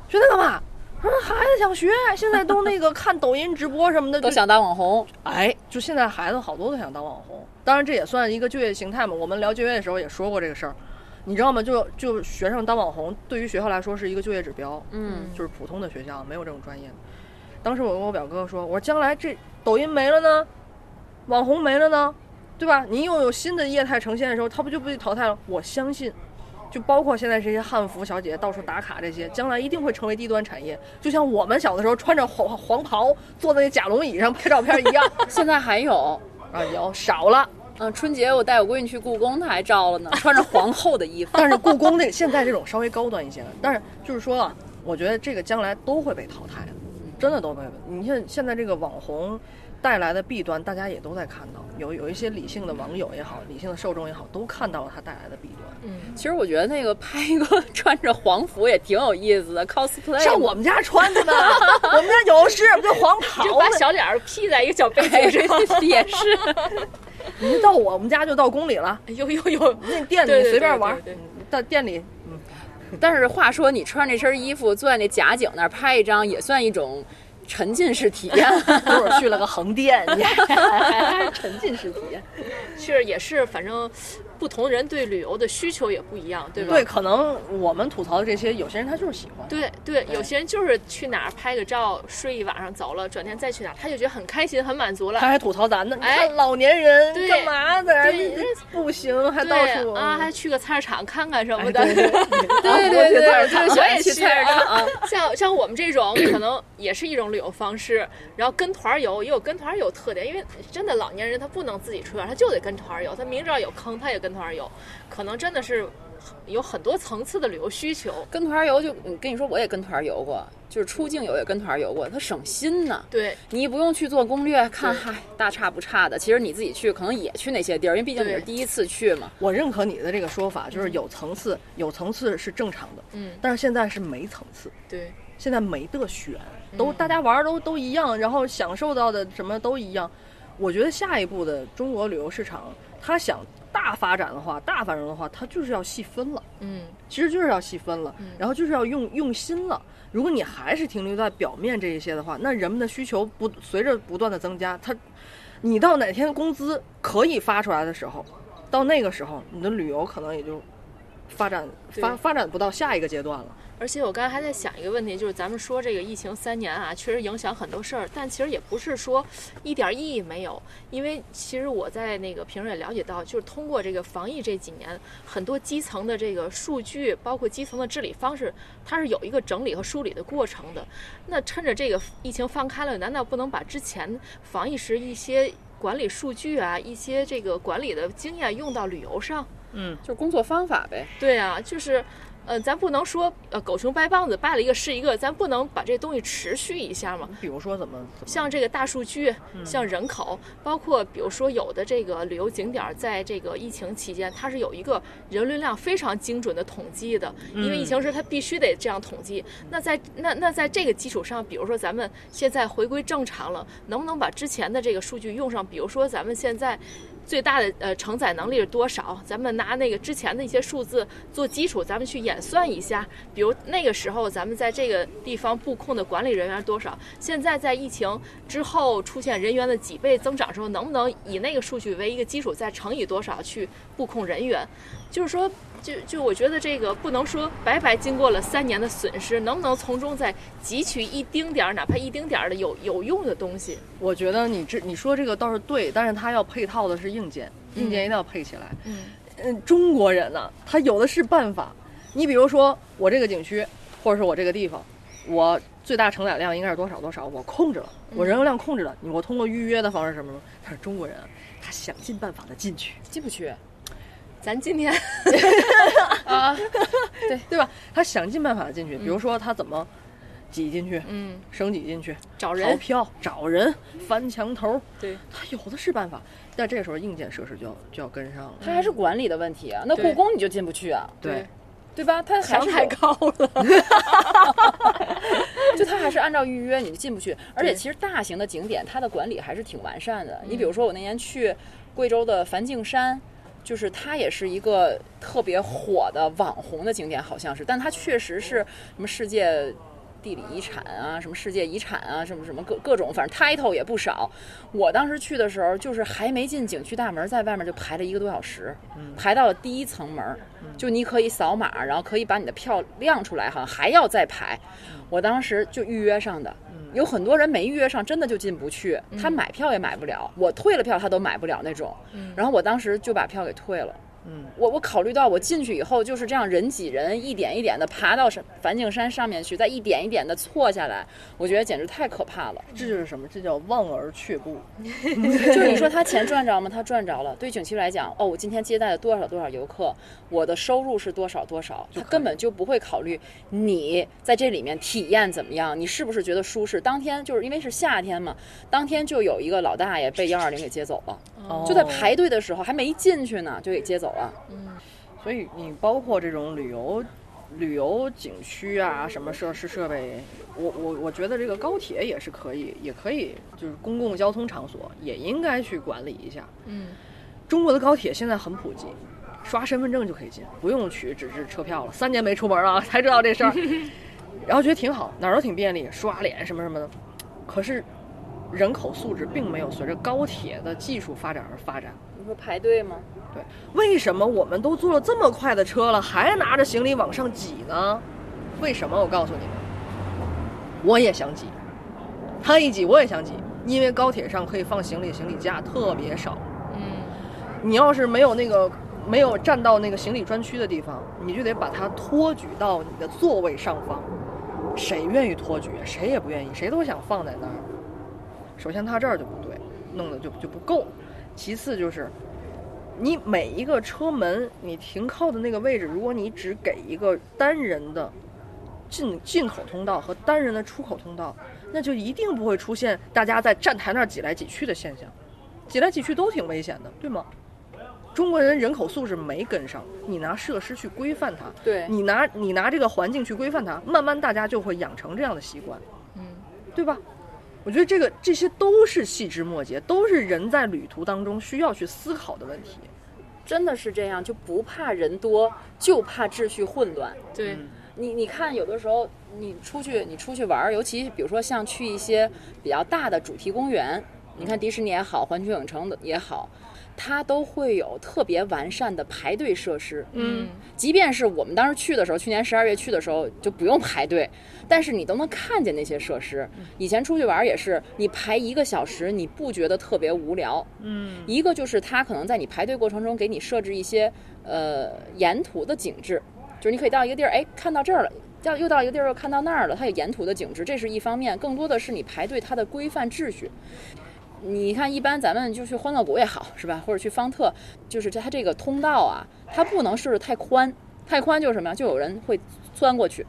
Speaker 2: 学那干嘛？他说孩子想学，现在都那个看抖音直播什么的，
Speaker 3: 都
Speaker 2: 就
Speaker 3: 想当网红。
Speaker 2: 哎，就现在孩子好多都想当网红，当然这也算一个就业形态嘛。我们聊就业的时候也说过这个事儿，你知道吗？就就学生当网红，对于学校来说是一个就业指标，
Speaker 3: 嗯，
Speaker 2: 就是普通的学校没有这种专业的。当时我跟我表哥说，我说将来这抖音没了呢，网红没了呢，对吧？你又有新的业态呈现的时候，它不就被淘汰了？我相信，就包括现在这些汉服小姐姐到处打卡这些，将来一定会成为低端产业，就像我们小的时候穿着黄黄袍坐在那假龙椅上拍照片一样。
Speaker 3: 现在还有，
Speaker 2: 啊，有少了。
Speaker 3: 嗯，春节我带我闺女去故宫，她还照了呢，穿着皇后的衣服。
Speaker 2: 但是故宫那现在这种稍微高端一些了，但是就是说啊，我觉得这个将来都会被淘汰的，真的都会被。你看现在这个网红带来的弊端，大家也都在看到，有有一些理性的网友也好，理性的受众也好，都看到了它带来的弊端。
Speaker 4: 嗯，
Speaker 3: 其实我觉得那个拍一个穿着黄服也挺有意思的 cosplay，
Speaker 2: 像我们家穿的呢，我们家有是，我们家黄袍
Speaker 4: 就把
Speaker 2: 呢。
Speaker 4: 小脸儿 P 在一个小背
Speaker 3: 哎
Speaker 4: 景上，
Speaker 3: 也是，
Speaker 2: 你到我们家就到宫里了，
Speaker 4: 哎呦呦呦，
Speaker 2: 那店
Speaker 4: 对
Speaker 2: 里
Speaker 4: 对
Speaker 2: 随便玩
Speaker 4: 对对对，
Speaker 2: 到店里
Speaker 3: 但是话说，你穿这身衣服坐在那假景那儿拍一张，也算一种沉浸式体验。
Speaker 2: 一会儿去了个横店，你还沉浸式体验。
Speaker 4: 是也是，反正不同人对旅游的需求也不一样，对吧？
Speaker 2: 对，可能我们吐槽的这些，有些人他就是喜欢。
Speaker 4: 对对，
Speaker 2: 对
Speaker 4: 有些人就是去哪儿拍个照，睡一晚上走了，转天再去哪儿，他就觉得很开心，很满足了
Speaker 2: 他。还吐槽咱呢，你
Speaker 4: 哎
Speaker 2: 看老年人
Speaker 4: 对
Speaker 2: 干嘛的？
Speaker 4: 对
Speaker 2: 这不行，还到
Speaker 4: 对
Speaker 2: 处
Speaker 4: 啊，还去个菜市场看看什么
Speaker 2: 哎
Speaker 4: 的。
Speaker 2: 对对 对
Speaker 3: 对
Speaker 2: 我去
Speaker 3: 对对，
Speaker 2: 菜市场
Speaker 3: 我就喜欢去菜市场。
Speaker 4: 啊像像我们这种可能也是一种旅游方式，然后跟团儿游也有跟团儿游特点，因为真的老年人他不能自己出去玩，他就得跟团儿游，他明知道有坑他也跟团儿游，可能真的是有很多层次的旅游需求。
Speaker 3: 跟团游就嗯跟你说，我也跟团游过，就是出境游也跟团游过，它省心呢。
Speaker 4: 对
Speaker 3: 你不用去做攻略，看嗨大差不差的。其实你自己去可能也去那些地儿，因为毕竟你是
Speaker 4: 对
Speaker 3: 第一次去嘛。
Speaker 2: 我认可你的这个说法，就是有层次，有层次是正常的，
Speaker 4: 嗯
Speaker 2: 但是现在是没层次，
Speaker 4: 对，
Speaker 2: 现在没得选，都
Speaker 4: 嗯
Speaker 2: 大家玩儿都都一样，然后享受到的什么都一样。我觉得下一步的中国旅游市场，它想大发展的话，大繁荣的话，它就是要细分了。
Speaker 4: 嗯
Speaker 2: 其实就是要细分了
Speaker 4: 嗯，
Speaker 2: 然后就是要用用心了。如果你还是停留在表面这一些的话，那人们的需求不随着不断的增加，它，你到哪天工资可以发出来的时候，到那个时候，你的旅游可能也就发展发
Speaker 4: 对
Speaker 2: 发展不到下一个阶段了。
Speaker 4: 而且我刚才还在想一个问题，就是咱们说这个疫情三年啊，确实影响很多事儿，但其实也不是说一点意义没有，因为其实我在那个平时也了解到，就是通过这个防疫这几年，很多基层的这个数据，包括基层的治理方式，它是有一个整理和梳理的过程的。那趁着这个疫情放开了，难道不能把之前防疫时一些管理数据啊，一些这个管理的经验用到旅游上？
Speaker 2: 嗯，
Speaker 3: 就是工作方法呗，
Speaker 4: 对啊，就是，呃，咱不能说呃狗熊掰棒子掰了一个是一个，咱不能把这东西持续一下嘛。
Speaker 2: 比如说怎么怎么
Speaker 4: 像这个大数据，像人口，包括比如说有的这个旅游景点儿，在这个疫情期间，它是有一个人流量非常精准的统计的，因为疫情时它必须得这样统计。那在那那在这个基础上，比如说咱们现在回归正常了，能不能把之前的这个数据用上？比如说咱们现在。最大的呃承载能力是多少？咱们拿那个之前的一些数字做基础，咱们去演算一下。比如那个时候咱们在这个地方布控的管理人员是多少，现在在疫情之后出现人员的几倍增长的时候，能不能以那个数据为一个基础，再乘以多少去布控人员？就是说，就就我觉得这个不能说白白经过了三年的损失，能不能从中再汲取一丁点儿，哪怕一丁点儿的有有用的东西？
Speaker 2: 我觉得你这你说这个倒是对，但是它要配套的是硬件，硬件一定要配起来。
Speaker 4: 嗯
Speaker 2: 嗯，中国人呢、他有的是办法。你比如说，我这个景区，或者是我这个地方，我最大承载量应该是多少多少，我控制了，
Speaker 4: 嗯
Speaker 2: 我人流量控制了，我通过预约的 方式什么什么。但是中国人啊，他想尽办法的进去，
Speaker 3: 进不去。
Speaker 4: 咱今天
Speaker 3: 啊，
Speaker 2: 对吧？他想尽办法的进去，比如说他怎么挤进去，
Speaker 4: 嗯
Speaker 2: 升级进去，
Speaker 4: 找
Speaker 2: 逃
Speaker 4: 人
Speaker 2: 票、找人、翻墙头，
Speaker 4: 对
Speaker 2: 他有的是办法。但这个时候硬件设施就要就要跟上了。
Speaker 3: 它还是管理的问题啊。那
Speaker 4: 对
Speaker 3: 故宫你就进不去啊，
Speaker 2: 对，
Speaker 3: 对吧？它还
Speaker 4: 墙
Speaker 3: 是
Speaker 4: 太
Speaker 3: 有
Speaker 4: 高了。
Speaker 3: 就它还是按照预约你就进不去，而且
Speaker 4: 对
Speaker 3: 其实大型的景点它的管理还是挺完善的。你比如说我那年去贵州的梵净山，就是它也是一个特别火的网红的景点，好像是，但它确实是什么世界。地理遗产啊，什么世界遗产啊，什么什么各各种，反正 title 也不少。我当时去的时候，就是还没进景区大门，在外面就排了一个多小时，排到了第一层门儿，就你可以扫码，然后可以把你的票亮出来，好像还要再排。我当时就预约上的，有很多人没预约上，真的就进不去，他买票也买不了，我退了票他都买不了那种。然后我当时就把票给退了，
Speaker 2: 嗯
Speaker 3: 我我考虑到我进去以后就是这样人挤人，一点一点的爬到什梵净山上面去，再一点一点的错下来，我觉得简直太可怕了。
Speaker 2: 这就是什么？这叫望而却步。
Speaker 3: 就是你说他钱赚着吗？他赚着了。对景区来讲，哦，我今天接待了多少多少游客，我的收入是多少多少，他根本就不会考虑你在这里面体验怎么样，你是不是觉得舒适。当天就是因为是夏天嘛，当天就有一个老大爷被幺二零给接走了，
Speaker 4: 哦
Speaker 3: 就在排队的时候还没进去呢，就给接走了。
Speaker 4: 嗯
Speaker 2: 所以你包括这种旅游、旅游景区啊，什么设施设备，我我我觉得这个高铁也是可以，也可以，就是公共交通场所也应该去管理一下。
Speaker 4: 嗯，
Speaker 2: 中国的高铁现在很普及，刷身份证就可以进，不用取纸质车票了。三年没出门了， 才知道这事儿，然后觉得挺好，哪儿都挺便利，刷脸什么什么的。可是，人口素质并没有随着高铁的技术发展而发展。
Speaker 3: 你说排队吗？
Speaker 2: 对，为什么我们都坐了这么快的车了，还拿着行李往上挤呢？为什么？我告诉你们，我也想挤，他一挤我也想挤，因为高铁上可以放行李，行李架特别少。
Speaker 4: 嗯，
Speaker 2: 你要是没有那个没有站到那个行李专区的地方，你就得把它托举到你的座位上方。谁愿意托举？啊谁也不愿意，谁都想放在那儿。首先，它这儿就不对，弄得就就不够。其次就是，你每一个车门你停靠的那个位置，如果你只给一个单人的进进口通道和单人的出口通道，那就一定不会出现大家在站台那儿挤来挤去的现象。挤来挤去都挺危险的，对吗？中国人人口素质没跟上，你拿设施去规范它，
Speaker 3: 对
Speaker 2: 你拿你拿这个环境去规范它，慢慢大家就会养成这样的习惯，
Speaker 4: 嗯，
Speaker 2: 对吧？我觉得这个这些都是细枝末节，都是人在旅途当中需要去思考的问题。
Speaker 3: 真的是这样，就不怕人多，就怕秩序混乱。
Speaker 4: 对，
Speaker 3: 你你看，有的时候你出去你出去玩儿，尤其比如说像去一些比较大的主题公园，你看迪士尼也好，环球影城的也好，它都会有特别完善的排队设施。
Speaker 4: 嗯，
Speaker 3: 即便是我们当时去的时候，去年十二月去的时候就不用排队，但是你都能看见那些设施。以前出去玩儿也是，你排一个小时，你不觉得特别无聊，
Speaker 2: 嗯
Speaker 3: 一个就是它可能在你排队过程中给你设置一些呃沿途的景致，就是你可以到一个地儿，哎，看到这儿了。到又到一个地儿，又看到那儿了，它有沿途的景致，这是一方面，更多的是你排队它的规范秩序。你看，一般咱们就去欢乐谷也好，是吧？或者去方特，就是它这个通道啊，它不能设置太宽，太宽就是什么呀？就有人会钻过去。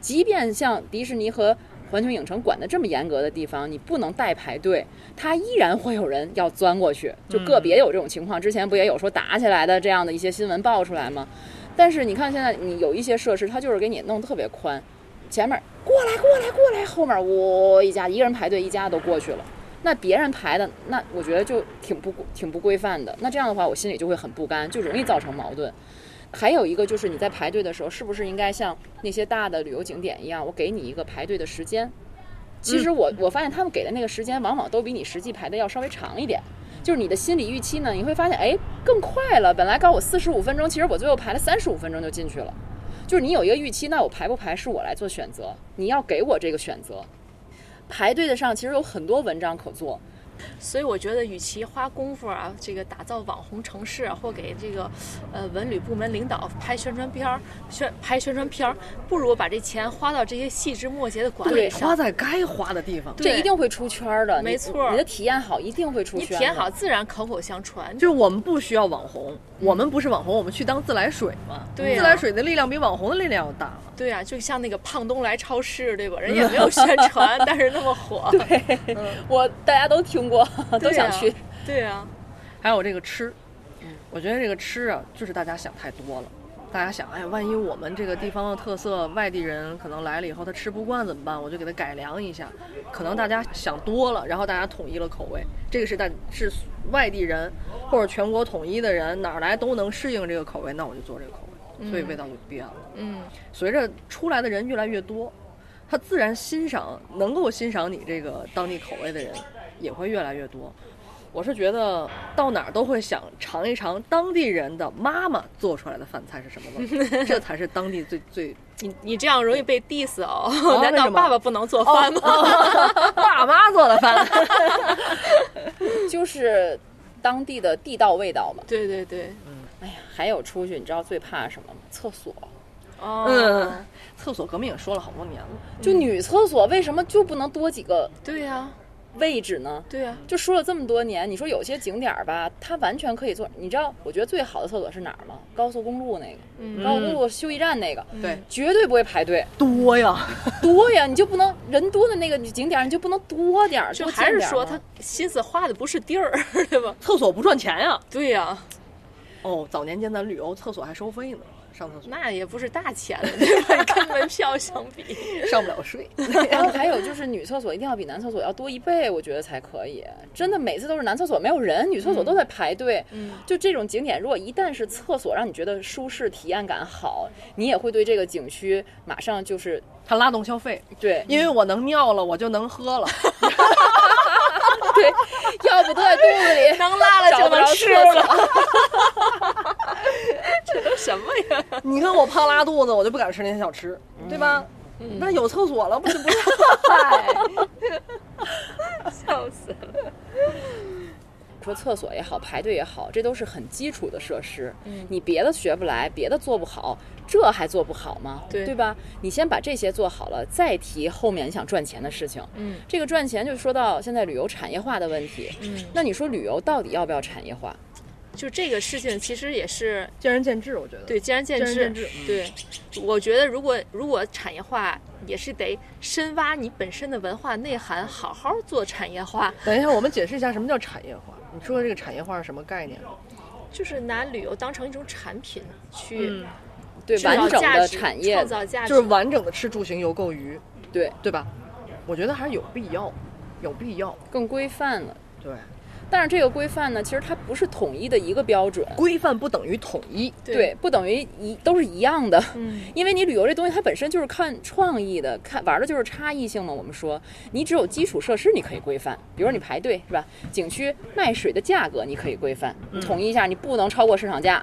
Speaker 3: 即便像迪士尼和环球影城管得这么严格的地方，你不能代排队，它依然会有人要钻过去，就个别有这种情况。之前不也有说打起来的这样的一些新闻爆出来吗？但是你看现在，你有一些设施，它就是给你弄得特别宽，前面过来过来过来，后面我一家一个人排队，一家都过去了。那别人排的，那我觉得就挺不挺不规范的。那这样的话，我心里就会很不甘，就容易造成矛盾。还有一个就是你在排队的时候，是不是应该像那些大的旅游景点一样，我给你一个排队的时间？其实我我发现他们给的那个时间，往往都比你实际排的要稍微长一点。就是你的心理预期呢，你会发现，哎，更快了。本来告我四十五分钟，其实我最后排了三十五分钟就进去了。就是你有一个预期，那我排不排是我来做选择，你要给我这个选择。排队的上其实有很多文章可做，
Speaker 4: 所以我觉得，与其花功夫啊，这个打造网红城市啊，或给这个呃文旅部门领导拍宣传片儿、宣拍宣传片儿，不如把这钱花到这些细枝末节的管理
Speaker 3: 对
Speaker 4: 上
Speaker 2: 花。在该花的地方。
Speaker 4: 对
Speaker 3: 这一定会出圈儿的。你
Speaker 4: 没错
Speaker 3: 你的体验好一定会出
Speaker 4: 你
Speaker 3: 圈儿的。
Speaker 4: 填好，自然口口相传。
Speaker 2: 就是我们不需要网红，我们不是网红，我们去当自来水嘛。
Speaker 4: 嗯对啊
Speaker 2: 自来水的力量比网红的力量要大嘛。
Speaker 4: 对啊，就像那个胖东来超市，对吧？人也没有宣传，但是那么火。 对啊
Speaker 3: 我大家都听 过，都想去。
Speaker 4: 对啊，
Speaker 2: 还有这个吃，我觉得这个吃啊，就是大家想太多了。大家想，哎，万一我们这个地方的特色，外地人可能来了以后他吃不惯怎么办？我就给他改良一下。可能大家想多了，然后大家统一了口味，这个是大是外地人或者全国统一的人哪儿来都能适应这个口味，那我就做这个口味，所以味道就变了。
Speaker 4: 嗯，
Speaker 2: 随着出来的人越来越多，他自然欣赏能够欣赏你这个当地口味的人也会越来越多。我是觉得到哪儿都会想尝一尝当地人的妈妈做出来的饭菜是什么味儿，这才是当地最最
Speaker 4: 你你这样容易被 diss 哦。
Speaker 2: 哦为
Speaker 4: 难
Speaker 2: 什
Speaker 4: 道
Speaker 2: 么
Speaker 4: 爸爸不能做饭吗？
Speaker 2: 爸妈做的饭。
Speaker 3: 就是当地的地道味道嘛。
Speaker 4: 对对对，
Speaker 3: 哎呀，还有出去，你知道最怕什么吗？厕所。
Speaker 4: 哦
Speaker 2: 嗯，厕所革命也说了好多年了，
Speaker 3: 就
Speaker 4: 嗯
Speaker 3: 女厕所为什么就不能多几个
Speaker 4: 对呀、
Speaker 3: 位置呢？
Speaker 4: 对啊呀、
Speaker 3: 就说了这么多年，你说有些景点儿吧，它完全可以做。你知道，我觉得最好的厕所是哪儿吗？高速公路那个，
Speaker 4: 嗯
Speaker 3: 高速公路休息站那个，
Speaker 2: 对，
Speaker 3: 绝对不会排队。
Speaker 2: 多呀，
Speaker 3: 多呀，你就不能人多的那个景点儿，你就不能多点儿？
Speaker 4: 就
Speaker 3: 多建
Speaker 4: 还是
Speaker 3: 点儿
Speaker 4: 说
Speaker 3: 吗
Speaker 4: 他心思花的不是地儿， 对吧？
Speaker 2: 厕所不赚钱呀。
Speaker 4: 对呀、
Speaker 2: 哦，早年间咱旅游厕所还收费呢，上厕所
Speaker 4: 那也不是大钱 了，对吧？跟门票相比，
Speaker 2: 上不了税。
Speaker 3: 然后还有就是女厕所一定要比男厕所要多一倍，我觉得才可以。真的每次都是男厕所没有人，女厕所都在排队。
Speaker 4: 嗯，
Speaker 3: 就这种景点，如果一旦是厕所让你觉得舒适、体验感好，你也会对这个景区马上就是
Speaker 2: 它拉动消费，
Speaker 3: 对
Speaker 2: 因为我能尿了，我就能喝了。
Speaker 3: 对，要不都 在肚子里。
Speaker 4: 能拉了
Speaker 3: 找
Speaker 4: 就
Speaker 3: 不
Speaker 4: 能
Speaker 3: 着
Speaker 4: 吃
Speaker 3: 厕
Speaker 4: 了，
Speaker 3: 所，
Speaker 4: 这 都什么呀？
Speaker 2: 你看我胖拉肚子，我就不敢吃那些小吃，对吧？那有厕所了，不就不
Speaker 4: 笑死了。
Speaker 3: 说厕所也好，排队也好，这都是很基础的设施。
Speaker 4: 嗯
Speaker 3: 你别的学不来，别的做不好，这还做不好吗？
Speaker 4: 对
Speaker 3: 对吧？你先把这些做好了，再提后面你想赚钱的事情。
Speaker 4: 嗯
Speaker 3: 这个赚钱就说到现在旅游产业化的问题。
Speaker 4: 嗯，
Speaker 3: 那你说旅游到底要不要产业化？
Speaker 4: 就这个事情其实也是
Speaker 2: 见仁见智，我觉得。
Speaker 4: 对，见仁见智。
Speaker 2: 见仁见智嗯
Speaker 4: 对，我觉得如果如果产业化也是得深挖你本身的文化内涵，好好做产业化，
Speaker 2: 等一下，我们解释一下什么叫产业化。你说这个产业化是什么概念？
Speaker 4: 就是拿旅游当成一种产品
Speaker 2: 嗯
Speaker 4: 去
Speaker 3: 对，
Speaker 4: 制造
Speaker 3: 完整
Speaker 4: 价
Speaker 3: 的
Speaker 4: 值
Speaker 3: 产业
Speaker 4: 创，造价值，
Speaker 2: 就是完整的吃住行游购娱，
Speaker 3: 对，
Speaker 2: 对吧？我觉得还是有必要，有必要。
Speaker 3: 更规范了。
Speaker 2: 对，
Speaker 3: 但是这个规范呢，其实它不是统一的一个标准，
Speaker 2: 规范不等于统一。
Speaker 4: 对
Speaker 3: 对，不等于一都是一样的。
Speaker 4: 嗯，
Speaker 3: 因为你旅游这东西，它本身就是看创意的，看玩的就是差异性嘛。我们说，你只有基础设施你可以规范，比如你排队是吧？景区卖水的价格你可以规范，
Speaker 4: 嗯
Speaker 3: 统一一下，你不能超过市场价。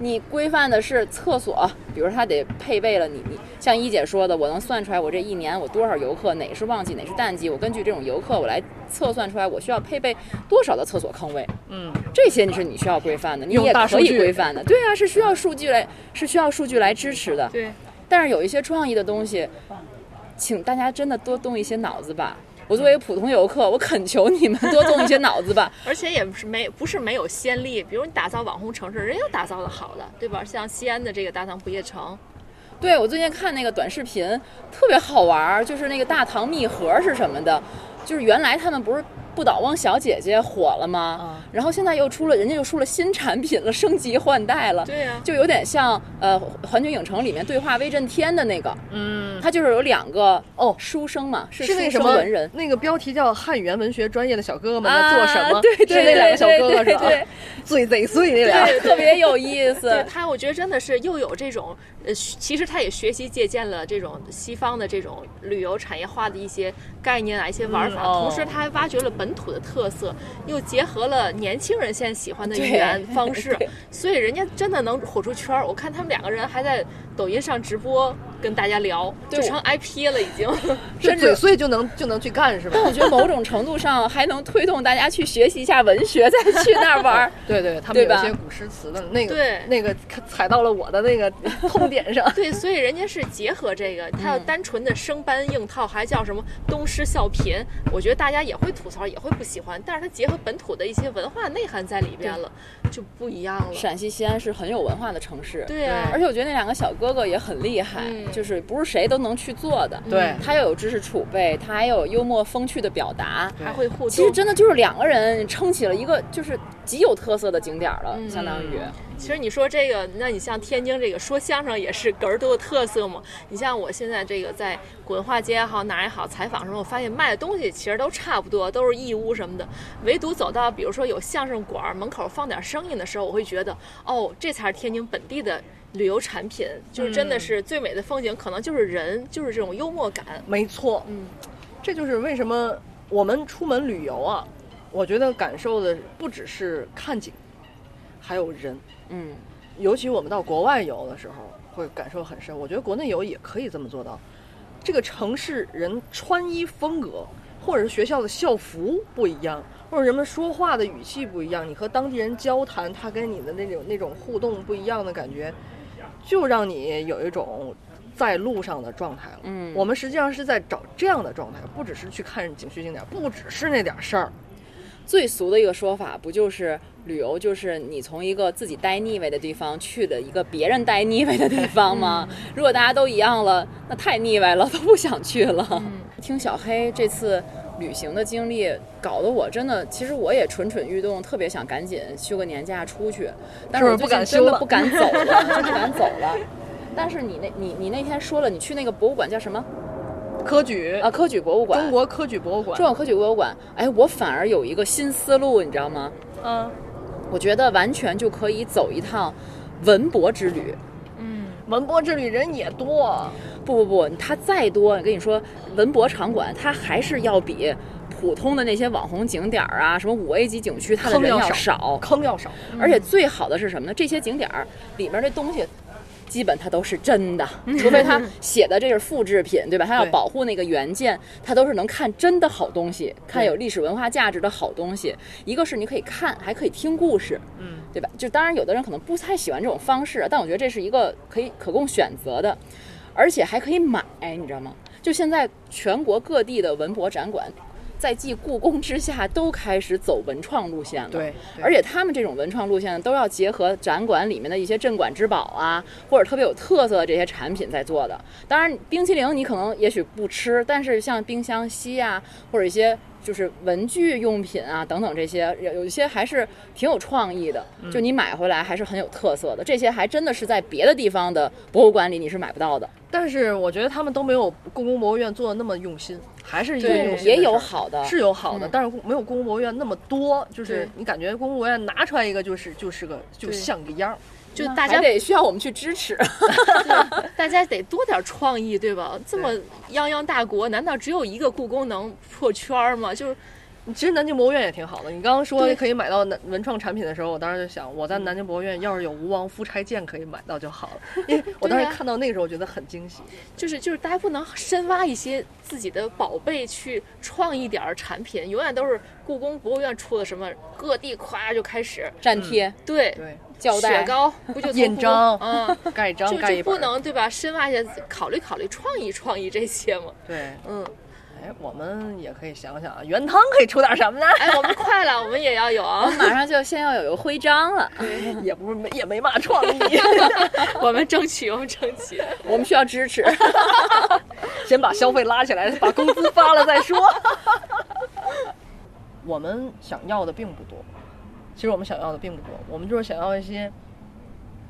Speaker 3: 你规范的是厕所，比如它得配备了你你像一姐说的，我能算出来我这一年我多少游客，哪是旺季，哪是淡季，我根据这种游客我来测算出来我需要配备多少的厕所坑位。
Speaker 2: 嗯，
Speaker 3: 这些你是你需要规范的，你
Speaker 2: 用
Speaker 3: 也
Speaker 2: 大数
Speaker 3: 可以
Speaker 2: 据
Speaker 3: 规范的。对啊，是需要数据来，是需要数据来支持的。
Speaker 4: 对，
Speaker 3: 但是有一些创意的东西，请大家真的多动一些脑子吧。我作为普通游客，我恳求你们多动一些脑子吧。
Speaker 4: 而且也不是没不是没有先例，比如你打造网红城市，人家打造的好的，对吧？像西安的这个大唐不夜城，
Speaker 3: 对我最近看那个短视频，特别好玩儿，就是那个大唐密盒是什么的，就是原来他们不是不倒翁小姐姐火了吗
Speaker 2: 啊？
Speaker 3: 然后现在又出了，人家又出了新产品了，升级换代了。
Speaker 4: 对呀、
Speaker 3: 就有点像呃《环球影城》里面对话威震天的那个，
Speaker 2: 嗯，
Speaker 3: 他就是有两个
Speaker 2: 哦
Speaker 3: 书生嘛，是
Speaker 2: 是那
Speaker 3: 书
Speaker 2: 个什
Speaker 3: 生
Speaker 2: 么
Speaker 3: 文人，
Speaker 2: 那个标题叫“汉语言文学专业的小哥哥们在做什么”，
Speaker 3: 啊对对
Speaker 2: 是那两个
Speaker 3: 对
Speaker 2: 小哥哥是
Speaker 3: 对对对
Speaker 2: 吧？最贼碎那俩，
Speaker 3: 对，特啊别有意
Speaker 4: 对
Speaker 3: 思。
Speaker 4: 他，我觉得真的是又有这种，呃，其实他也学习借鉴了这种西方的这种旅游产业化的一些概念啊、一些玩法，
Speaker 2: 嗯哦
Speaker 4: 同时他还挖掘了本土的特色，又结合了年轻人现在喜欢的
Speaker 3: 对
Speaker 4: 语言方式
Speaker 3: 对，
Speaker 4: 所以人家真的能火出圈儿。我看他们两个人还在抖音上直播跟大家聊，
Speaker 3: 对
Speaker 4: 就成 IP 了已经。
Speaker 2: 这
Speaker 3: 甚至
Speaker 2: 嘴碎就能就能去干 是吧？
Speaker 3: 但我觉得某种程度上还能推动大家去学习一下文学，再去那儿玩儿。
Speaker 2: 对对，他们
Speaker 3: 对
Speaker 2: 有一
Speaker 3: 吧
Speaker 2: 些古诗词的那个，
Speaker 4: 对
Speaker 2: 那个踩到了我的那个痛点 上。
Speaker 4: 对，所以人家是结合这个，他
Speaker 3: 嗯
Speaker 4: 要单纯的生搬硬套，还叫什么东施效颦，我觉得大家也会吐槽，也会不喜欢，但是他结合本土的一些文化内涵在里边了，就不一样了。
Speaker 3: 陕西西安是很有文化的城市，
Speaker 4: 对啊
Speaker 3: 而，且我觉得那两个小哥哥也很厉害，
Speaker 4: 嗯
Speaker 3: 就是不是谁都能去做的。嗯
Speaker 2: 对
Speaker 3: 他又有知识储备，他还有幽默风趣的表达。
Speaker 4: 还会互动。
Speaker 3: 其实真的就是两个人撑起了一个就是极有特色的景点儿了，
Speaker 4: 嗯
Speaker 3: 相当于。
Speaker 4: 其实你说这个，那你像天津这个说相声也是哏儿都有特色嘛。你像我现在这个在文化街也好哪儿也好采访的时候，我发现卖的东西其实都差不多，都是义乌什么的。唯独走到比如说有相声馆儿门口放点声音的时候，我会觉得哦，这才是天津本地的旅游产品，就是真的是最美的风景，可能就是人，就是这种幽默感。
Speaker 2: 没错，
Speaker 4: 嗯，
Speaker 2: 这就是为什么我们出门旅游啊，我觉得感受的不只是看景，还有人。
Speaker 3: 嗯，
Speaker 2: 尤其我们到国外游的时候，会感受很深。我觉得国内游也可以这么做到。这个城市人穿衣风格，或者是学校的校服不一样，或者人们说话的语气不一样，你和当地人交谈，他跟你的那种那种互动不一样的感觉，就让你有一种在路上的状态了。
Speaker 3: 嗯
Speaker 2: 我们实际上是在找这样的状态，不只是去看景区景点，不只是那点事儿。
Speaker 3: 最俗的一个说法，不就是旅游就是你从一个自己待腻歪的地方去的一个别人待腻歪的地方吗？
Speaker 2: 嗯
Speaker 3: 如果大家都一样了，那太腻歪了，都不想去了。
Speaker 2: 嗯
Speaker 3: 听小黑这次旅行的经历，搞得我真的，其实我也蠢蠢欲动，特别想赶紧休个年假出去，但
Speaker 2: 是
Speaker 3: 是
Speaker 2: 不
Speaker 3: 我
Speaker 2: 是
Speaker 3: 最
Speaker 2: 不敢
Speaker 3: 近
Speaker 2: 休
Speaker 3: 真
Speaker 2: 了
Speaker 3: 的不 敢走了，真不敢走了。但是你那，你你那天说了，你去那个博物馆叫什么？
Speaker 2: 科举，
Speaker 3: 啊，科举博物馆。
Speaker 2: 中国科举博物馆
Speaker 3: 中，国科举博物馆。哎，我反而有一个新思路，你知道吗？
Speaker 2: 嗯，
Speaker 3: 我觉得完全就可以走一趟文博之旅。
Speaker 4: 嗯，
Speaker 2: 文博之旅人也多，
Speaker 3: 不不不，它再多，我跟你说，文博场馆它还是要比普通的那些网红景点儿啊，什么五 A 级景区，它的
Speaker 2: 坑
Speaker 3: 人
Speaker 2: 要
Speaker 3: 要
Speaker 2: 少
Speaker 3: 少。
Speaker 2: 坑要少。
Speaker 3: 而且最好的是什么呢？这些景点儿里面这东西。基本它都是真的，除非它写的这是复制品，对吧？它要
Speaker 2: 嗯对
Speaker 3: 保护那个原件，它都是能看真的好东西，看
Speaker 2: 对
Speaker 3: 有历史文化价值的好东西。一个是你可以看，还可以听故事，
Speaker 2: 嗯，
Speaker 3: 对吧？就当然，有的人可能不太喜欢这种方式，啊但我觉得这是一个可以可供选择的，而且还可以买，你知道吗？就现在全国各地的文博展馆，在继故宫之下都开始走文创路线了。
Speaker 2: 对，
Speaker 3: 而且他们这种文创路线都要结合展馆里面的一些镇馆之宝啊，或者特别有特色的这些产品在做的。当然，冰淇淋你可能也许不吃，但是像冰箱吸啊，或者一些就是文具用品啊等等这些，有有一些还是挺有创意的，
Speaker 2: 嗯
Speaker 3: 就你买回来还是很有特色的。这些还真的是在别的地方的博物馆里你是买不到的。
Speaker 2: 但是我觉得他们都没有故宫博物院做的那么用心，还是一个用心的事儿
Speaker 3: 也有好的，
Speaker 2: 是有好的，
Speaker 3: 嗯
Speaker 2: 但是没有故宫博物院那么多。就是
Speaker 4: 对
Speaker 2: 你感觉故宫博物院拿出来一个就是就是个就
Speaker 4: 对
Speaker 2: 像个样儿。
Speaker 4: 就
Speaker 3: 那
Speaker 4: 大
Speaker 3: 还
Speaker 4: 家
Speaker 3: 得需要我们去支 持。
Speaker 4: 大家得多点创意，对吧？这么泱泱大国，难道只有一个故宫能破圈儿吗？就是
Speaker 2: 其实南京博物院也挺好的。你刚刚说
Speaker 4: 对
Speaker 2: 可以买到南文创产品的时候，我当时就想，我在南京博物院要是有吴王夫差剑可以买到就好 了，因为我当时
Speaker 4: 对啊
Speaker 2: 看到那个时候我觉得很惊喜。
Speaker 4: 就是就是大家不能深挖一些自己的宝贝去创意点儿产品，永远都是故宫博物院出了什么，各地夸就开始
Speaker 3: 粘
Speaker 2: 嗯
Speaker 3: 贴、
Speaker 4: 对。
Speaker 2: 对，
Speaker 3: 胶带
Speaker 4: 雪、糕 不就从
Speaker 2: 印
Speaker 4: 故宫
Speaker 2: 章
Speaker 4: 嗯，
Speaker 2: 盖章
Speaker 4: 就
Speaker 2: 盖
Speaker 4: 就
Speaker 2: 一本
Speaker 4: 不
Speaker 2: 儿。
Speaker 4: 能对吧？深挖一下，考虑考虑创意创意这些嘛。
Speaker 2: 对，
Speaker 4: 嗯，
Speaker 2: 哎，我们也可以想想啊，原汤可以出点 什么呢？
Speaker 4: 哎，我们快了，我们也要有啊。
Speaker 3: 马上就先要有一个徽章了，
Speaker 2: 也不是没也没嘛创意，
Speaker 4: 我们争取，我们争取。
Speaker 3: 我们需要支 持。
Speaker 2: 先把消费拉起来，把工资发了再说。我们想要的并不多，其实我们想要的并不多，我们就是想要一些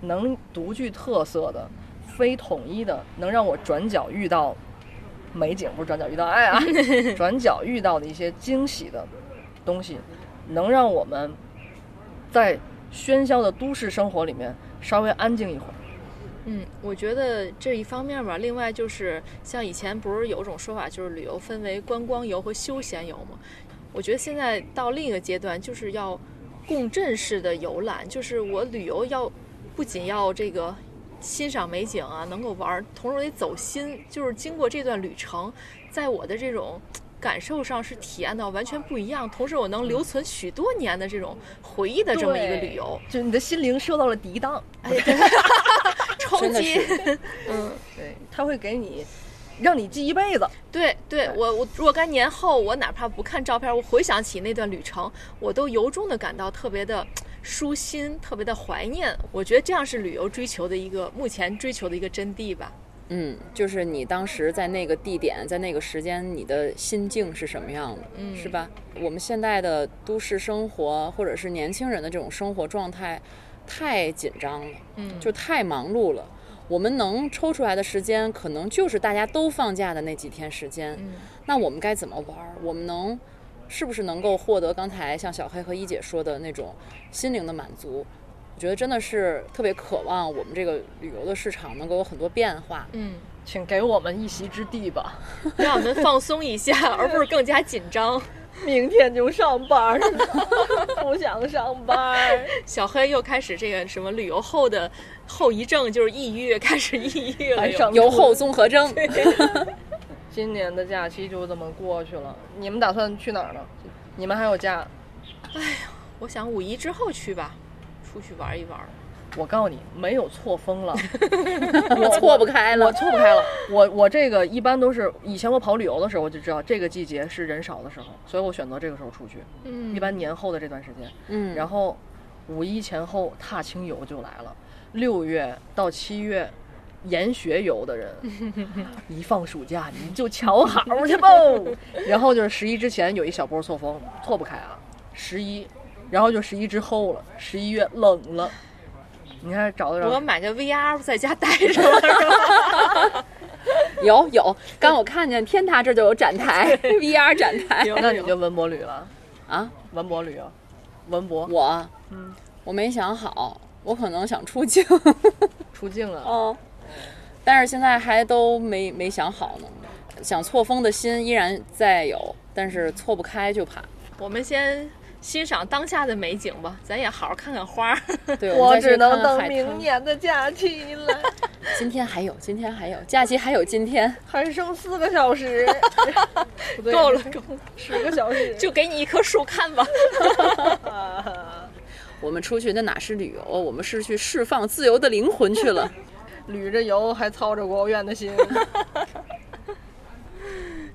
Speaker 2: 能独具特色的、非统一的，能让我转角遇到美景，不是转角遇到爱啊，转角遇到的一些惊喜的东西，能让我们在喧嚣的都市生活里面稍微安静一会儿。
Speaker 4: 嗯，我觉得这一方面吧，另外就是像以前不是有种说法，就是旅游分为观光游和休闲游嘛。我觉得现在到另一个阶段，就是要共振式的游览，就是我旅游要不仅要这个欣赏美景啊，能够玩儿，同时得走心，就是经过这段旅程，在我的这种感受上是体验到完全不一样，同时我能留存许多年的这种回忆的这么一个
Speaker 2: 对
Speaker 4: 旅游
Speaker 2: 就你的心灵受到了涤荡。
Speaker 3: 嗯
Speaker 4: 冲
Speaker 3: 哎真的
Speaker 4: 击
Speaker 3: 是。
Speaker 4: 嗯。
Speaker 2: 对，他会给你，让你记一辈子。
Speaker 4: 对对，我我若干年后，我哪怕不看照片，我回想起那段旅程，我都由衷的感到特别的舒心，特别的怀念。我觉得这样是旅游追求的一个目前追求的一个真谛吧。
Speaker 3: 嗯，就是你当时在那个地点，在那个时间，你的心境是什么样的，
Speaker 4: 嗯
Speaker 3: 是吧？我们现在的都市生活，或者是年轻人的这种生活状态，太紧张了，
Speaker 4: 嗯
Speaker 3: 就太忙碌了。我们能抽出来的时间，可能就是大家都放假的那几天时间。
Speaker 4: 嗯
Speaker 3: 那我们该怎么玩儿？我们能是不是能够获得刚才像小黑和一姐说的那种心灵的满足？我觉得真的是特别渴望我们这个旅游的市场能够有很多变化。
Speaker 4: 嗯，
Speaker 2: 请给我们一席之地吧，
Speaker 4: 让我们放松一下，而不是更加紧张。
Speaker 2: 明天就上班了， 不想上班。
Speaker 4: 小黑又开始这个什么旅游后的后遗症，就是抑郁，开始抑郁了
Speaker 2: 还
Speaker 4: 又。
Speaker 2: 上
Speaker 3: 由后综合征，
Speaker 2: 今年的假期就这么过去了，你们打算去哪儿呢？你们还有假？
Speaker 4: 我想五一之后去吧，出去玩一玩。
Speaker 2: 我告诉你，没有错峰了，
Speaker 3: 错不开了
Speaker 2: 我。错不开了。我我这个一般都是以前我跑旅游的时候，我就知道这个季节是人少的时候，所以我选择这个时候出去，
Speaker 4: 嗯
Speaker 2: 一般年后的这段时间。
Speaker 3: 嗯，
Speaker 2: 然后五一前后踏青游就来了，六月到七月。研学游的 人，一放暑假你就瞧好去 吧。然后就是十一之前有一小波错峰，错不开啊。十一，然后就十一之后了，十一月冷了。你看找得着
Speaker 4: 我买个 VR 在家待着了，是吧？
Speaker 3: 有有，刚我看见天塔这就有展台 ，VR 展台
Speaker 2: 那你就文博旅了，
Speaker 3: 啊。
Speaker 2: 文博旅游，文博
Speaker 3: 我
Speaker 2: 嗯，
Speaker 3: 我没想好，我可能想出境。
Speaker 2: 出境啊了。
Speaker 3: 哦， 但是现在还都没没想好呢，想错峰的心依然在有，但是错不开 就怕。
Speaker 4: 我们先欣赏当下的美景吧，咱也好好看看花儿。
Speaker 3: 对，
Speaker 2: 哦我
Speaker 3: 们再去
Speaker 2: 只能
Speaker 3: 看看
Speaker 2: 等
Speaker 3: 海
Speaker 2: 明
Speaker 3: 滩。
Speaker 2: 年的假期了，
Speaker 3: 今天还有，今天还有，假期还有今天。
Speaker 2: 还剩四个小 时，不对
Speaker 4: 够了，够了，
Speaker 2: 十个小啊时。
Speaker 4: 就给你一棵树看吧。
Speaker 3: 我们出去那哪是旅游，我们是去释放自由的灵魂去了。
Speaker 2: 捋着油，还操着国务院的 心。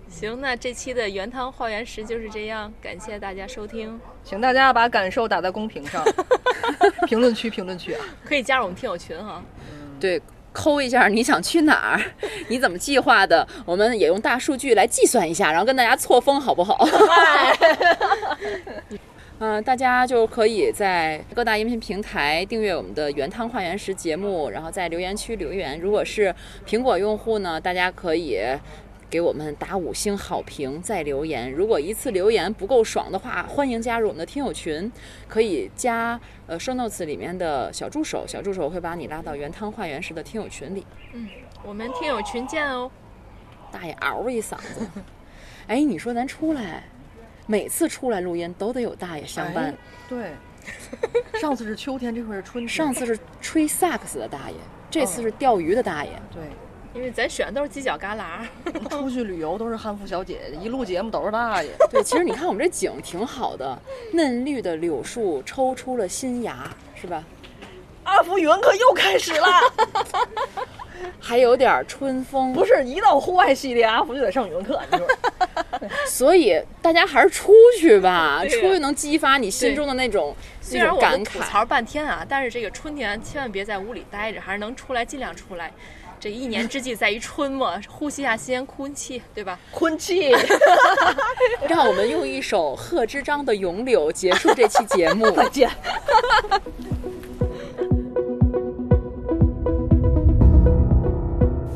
Speaker 4: 行，那这期的原汤化原食就是这样，感谢大家收听，
Speaker 2: 请大家把感受打在公屏 上，评论区评论区 啊。
Speaker 4: 可以加入我们听友群哈、
Speaker 3: 对，抠一下你想去哪儿， 你怎么计划的，我们也用大数据来计算一下，然后跟大家错峰好不好？嗯、大家就可以在各大音频平台订阅我们的《原汤化原食》节目，然后在留言区留言。如果是苹果用户呢，大家可以给我们打五星好评，再留言。如果一次留言不够爽的话，欢迎加入我们的听友群，可以加呃 show notes 里面的小助手，小助手会把你拉到原汤化原食的听友群里。
Speaker 4: 我们听友群见哦。
Speaker 3: 大爷嗷一嗓子，哎，你说咱出来，每次出来录音都得有大爷相伴。
Speaker 2: 哎对，上次是秋天，这回是春天。
Speaker 3: 上次是吹萨克斯的大爷，这次是钓鱼的大爷。
Speaker 2: 对，
Speaker 4: 因为咱选的都是犄角旮 旯，
Speaker 2: 出去旅游都是汉服小姐姐，一录节目都是大爷。
Speaker 3: 对，其实你看我们这景挺好的，嫩绿的柳树抽出了新芽，是吧？
Speaker 2: 阿福语文课又开始了，
Speaker 3: 还有点儿春风，
Speaker 2: 不是一到户外系列，阿福就得上语文课。你说。
Speaker 3: 所以大家还是出去吧，
Speaker 4: 对呀
Speaker 3: 出去能激发你心中的那种
Speaker 4: 虽
Speaker 3: 那
Speaker 4: 然
Speaker 3: 种
Speaker 4: 我
Speaker 3: 感
Speaker 4: 们吐
Speaker 3: 慨。
Speaker 4: 槽半天啊，但是这个春天千万别在屋里待着，还是能出来尽量出来。这一年之计在于春嘛，呼吸一下新鲜空气，对吧？
Speaker 2: 昆气，
Speaker 3: 让我们用一首贺知章的《咏柳》结束这期节目。
Speaker 2: 再见。